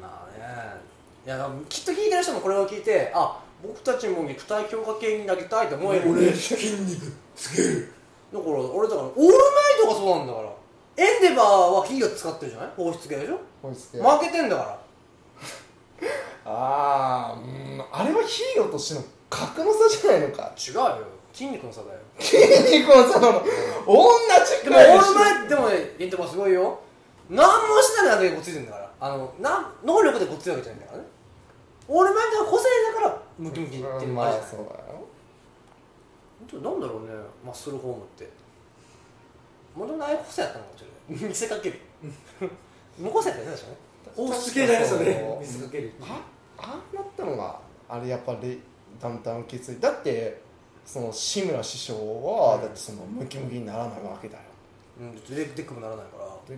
[SPEAKER 1] まあねいやきっと聞いてる人もこれを聞いてあ僕たちも肉体強化系になりたいと思えるだから
[SPEAKER 5] 筋肉つける
[SPEAKER 1] 俺だからオールナイトがそうなんだからエンデバーは企業使ってるじゃない放出系でしょ
[SPEAKER 3] こいつ
[SPEAKER 1] 負けてんだから
[SPEAKER 3] ああうんあれはヒーローとしての格の差じゃないのか
[SPEAKER 1] 違うよ筋肉の差だよ
[SPEAKER 3] 筋肉の差なの同
[SPEAKER 1] で
[SPEAKER 3] じく
[SPEAKER 1] も
[SPEAKER 3] らい
[SPEAKER 1] オールナイトでもねエンデバーすごいよ何もしてないだけでこっついてんだからあのなん能力でこっついてるわけじゃないんだからねオールナイトが個性だからムキムキっていう
[SPEAKER 3] うん
[SPEAKER 1] の
[SPEAKER 3] ま
[SPEAKER 1] はあるじゃない
[SPEAKER 3] あそうだよ
[SPEAKER 1] なんだろうねマッスルフォームってもともとああいう個性だったのかもしれない見せかける無個性ってないでしょ
[SPEAKER 5] 放出系だよそれ
[SPEAKER 3] うん
[SPEAKER 4] 水かける
[SPEAKER 3] あああなったのがあれやっぱりだんだんきついだってその志村師匠は、だってそのムキムキにならないわけだよ
[SPEAKER 1] うんデックもならないから
[SPEAKER 3] で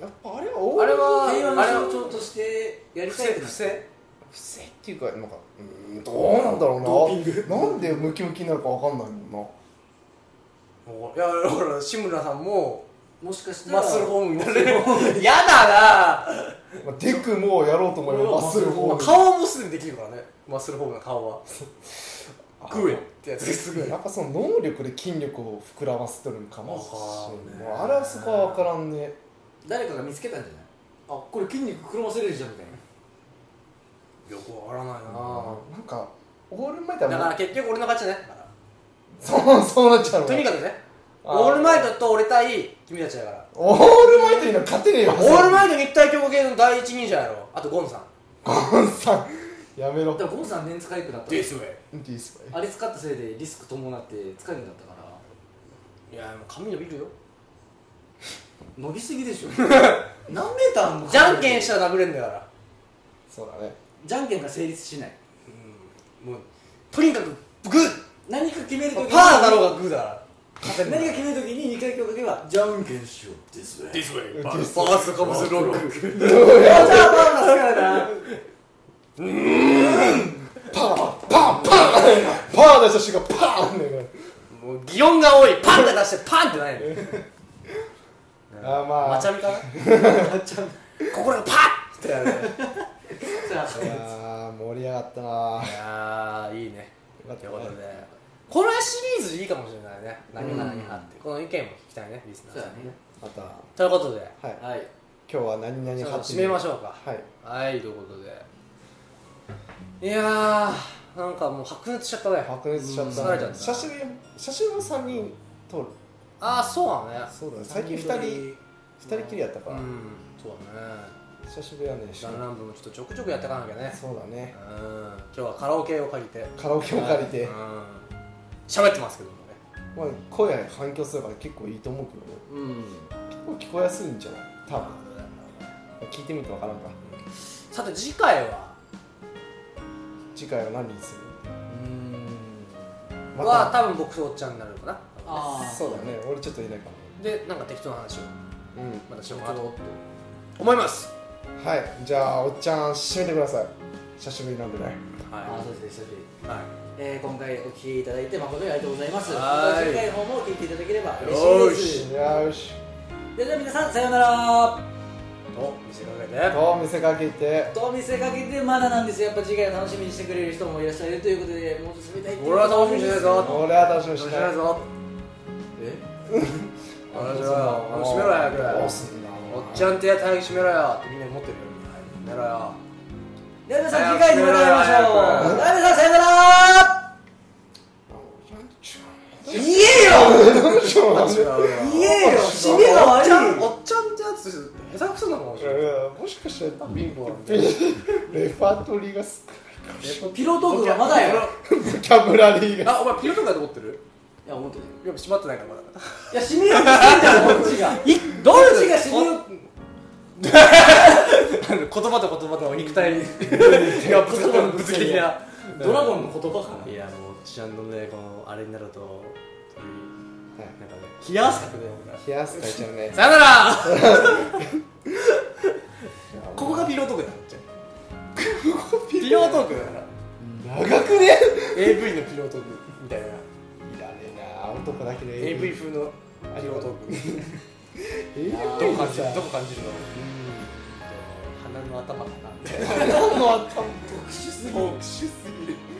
[SPEAKER 3] なやっぱあれはオー
[SPEAKER 1] あれ
[SPEAKER 3] ル
[SPEAKER 1] は
[SPEAKER 4] 平和の象徴としてやり
[SPEAKER 1] 不
[SPEAKER 4] た
[SPEAKER 1] 正
[SPEAKER 4] い
[SPEAKER 1] 不正
[SPEAKER 3] 不正っていうかなんかうーんどうなんだろうな
[SPEAKER 5] ドーピング
[SPEAKER 3] なんでムキムキになるかわかんないも
[SPEAKER 1] いやだから志村さんも
[SPEAKER 4] もしかした
[SPEAKER 1] マ
[SPEAKER 4] ら
[SPEAKER 1] ッスルフォームになれるやだなん
[SPEAKER 3] な、まあ、デクもやろうと思えばマッスルフォ
[SPEAKER 1] まあ
[SPEAKER 3] ーム
[SPEAKER 1] 顔もすでにできるからねマッスルフォームの顔は食えってやつですぐ
[SPEAKER 3] やっぱその能力で筋力を膨らませてるんかもしれ
[SPEAKER 1] わかんね
[SPEAKER 3] ないあれはそこは分からんね
[SPEAKER 4] 誰かが見つけたんじゃないあこれ筋肉くるませれるじゃんみたいな
[SPEAKER 1] よくわからない
[SPEAKER 3] あ
[SPEAKER 1] な
[SPEAKER 3] あなんかオールマイトは
[SPEAKER 1] だから結局俺の勝ちねだか
[SPEAKER 3] そうそうなっちゃう
[SPEAKER 1] ら
[SPEAKER 3] の
[SPEAKER 1] とにかくね
[SPEAKER 3] あー
[SPEAKER 1] オールマイトと俺対君たちだから
[SPEAKER 3] オールマイトには勝てねえよ
[SPEAKER 1] オールマイト日体強化系の第一人者やろあとゴンさん
[SPEAKER 3] ゴンさんやめろ
[SPEAKER 4] だからゴンさんメンツ回復だった
[SPEAKER 1] ウェ
[SPEAKER 3] いいっす
[SPEAKER 4] あれ使ったせいでリスク伴って使えるんだったから
[SPEAKER 1] イいやもう髪伸びるよ
[SPEAKER 4] 伸びすぎで しょ何メーターあんの
[SPEAKER 1] じゃんけんしたたら殴れんだから
[SPEAKER 3] そうだね
[SPEAKER 4] じゃんけんが成立しない
[SPEAKER 1] もうとにかくグー
[SPEAKER 4] 何か決めるときに
[SPEAKER 1] パーだろうがグーだから勝て
[SPEAKER 4] 何
[SPEAKER 1] る
[SPEAKER 4] か決めるときに2回強化けはじゃんけんしようですね
[SPEAKER 1] スウェ
[SPEAKER 3] イ
[SPEAKER 1] バ
[SPEAKER 3] バ
[SPEAKER 1] ー
[SPEAKER 3] ー
[SPEAKER 1] スカブスロック
[SPEAKER 4] じゃあパーが好きだな
[SPEAKER 3] パーパーパーパー出した瞬間パーンだよ
[SPEAKER 1] もう擬音が多いパンって出してパンってないの
[SPEAKER 3] あーまあ
[SPEAKER 1] マチャミかな心がパッってやる
[SPEAKER 3] いやー盛り上がったない
[SPEAKER 1] やーいいね
[SPEAKER 3] よかった
[SPEAKER 1] ということでこれはシリーズいいかもしれないね何が何がってこの意見も聞きたいねリスナーさんにね
[SPEAKER 3] または
[SPEAKER 1] ということで
[SPEAKER 3] い今
[SPEAKER 4] はい
[SPEAKER 3] 日は何々
[SPEAKER 1] じゃあ
[SPEAKER 3] ハ
[SPEAKER 1] 締めましょうか
[SPEAKER 3] はい
[SPEAKER 1] はいということでいやーなんかもう白熱しちゃったね
[SPEAKER 3] 白熱しちゃった
[SPEAKER 1] うん疲れちゃった
[SPEAKER 3] 写真写真も3人撮る
[SPEAKER 1] ああそうだね
[SPEAKER 3] そうだね最近2人2人きりやったか
[SPEAKER 1] う
[SPEAKER 3] ら
[SPEAKER 1] んそうだね
[SPEAKER 3] 久しぶりやねし
[SPEAKER 1] ランランブもちょっとちょくちょくやっていかなきゃね
[SPEAKER 3] そうだ
[SPEAKER 1] う
[SPEAKER 3] ね
[SPEAKER 1] ん今日はカラオケを借りて
[SPEAKER 3] カラオケも借り
[SPEAKER 1] う
[SPEAKER 3] て
[SPEAKER 1] ん喋ってますけどもね
[SPEAKER 3] まあ声が反響するから結構いいと思うけどね
[SPEAKER 4] うん
[SPEAKER 3] 結構聞こえやすいんじゃない多分聞いてみてわからんか
[SPEAKER 1] さて次回は
[SPEAKER 3] 次回は何にするま
[SPEAKER 1] は
[SPEAKER 3] た
[SPEAKER 1] 多分僕とおっちゃんになるのかな
[SPEAKER 4] ああ
[SPEAKER 3] そうだね俺ちょっといないか
[SPEAKER 1] でなんか適当な話を
[SPEAKER 3] もうん
[SPEAKER 1] またし
[SPEAKER 4] ち
[SPEAKER 1] よ
[SPEAKER 4] ょ
[SPEAKER 1] う
[SPEAKER 4] っ
[SPEAKER 1] かなと
[SPEAKER 4] と
[SPEAKER 1] 思います
[SPEAKER 3] はいじゃあおっちゃん締めてください久しぶりなんでね
[SPEAKER 4] あーそ
[SPEAKER 1] は
[SPEAKER 4] うですね久しぶ
[SPEAKER 1] い
[SPEAKER 4] り
[SPEAKER 1] はい
[SPEAKER 4] えー今回お聞きいただいて誠にありがとうございます
[SPEAKER 1] は
[SPEAKER 4] ま
[SPEAKER 1] ーい
[SPEAKER 4] た次回の方も聞いていただければ嬉しいです
[SPEAKER 3] よし
[SPEAKER 4] それでは皆さんさようなら
[SPEAKER 1] と見せかけて
[SPEAKER 3] と見せかけて
[SPEAKER 4] と見せかけてまだなんですよやっぱ次回を楽しみにしてくれる人もいらっしゃるということでもう進みたいっていう
[SPEAKER 1] 俺は楽しみにしてるぞ
[SPEAKER 3] 俺は楽しみに
[SPEAKER 1] よろ
[SPEAKER 3] し
[SPEAKER 1] しく
[SPEAKER 3] ない
[SPEAKER 1] ないぞ
[SPEAKER 4] え
[SPEAKER 1] 私は楽しめろよ
[SPEAKER 3] どう
[SPEAKER 1] 早く
[SPEAKER 3] すんだ
[SPEAKER 1] おっちゃん手や体育締めろよってみんなに持ってるよ締めろよ
[SPEAKER 4] では皆さん次回にまた会いましょうでは皆さんさようなら言えよ
[SPEAKER 1] 違うよ
[SPEAKER 4] 言えよ締めが悪い
[SPEAKER 1] おっちゃんってやつ下手くそなのかもしれないい
[SPEAKER 3] やもしかしたら
[SPEAKER 1] 貧乏なんで
[SPEAKER 3] レパートリーが少
[SPEAKER 4] ピロートークがまだよ
[SPEAKER 3] ないボキャブラリーが
[SPEAKER 1] あお前ピロートークだと思ってる
[SPEAKER 4] いや思ってない
[SPEAKER 1] いや閉まってないからまだ
[SPEAKER 4] いや締めようとしてんじゃんこっちが
[SPEAKER 1] いど
[SPEAKER 4] こっちが締めよう
[SPEAKER 1] 言葉と言葉と肉体がぶつかる物理的な
[SPEAKER 4] ドラゴンの言葉かない
[SPEAKER 1] やもうちゃんのねこのあれになるとなんかね
[SPEAKER 4] 冷やすか
[SPEAKER 3] 冷やすかいちゃうね
[SPEAKER 1] さよならこ
[SPEAKER 3] こ
[SPEAKER 1] こがピロートークだよピロートークだから
[SPEAKER 3] 長くね
[SPEAKER 1] AV のピロートークみたいない
[SPEAKER 3] らねえな俺どこだけで
[SPEAKER 1] AV 風のアリオトーク
[SPEAKER 3] AV
[SPEAKER 1] どこ感じる
[SPEAKER 3] どこ感じるの
[SPEAKER 1] 鼻の頭かな
[SPEAKER 3] どこの頭特殊すぎる
[SPEAKER 1] 特殊すぎる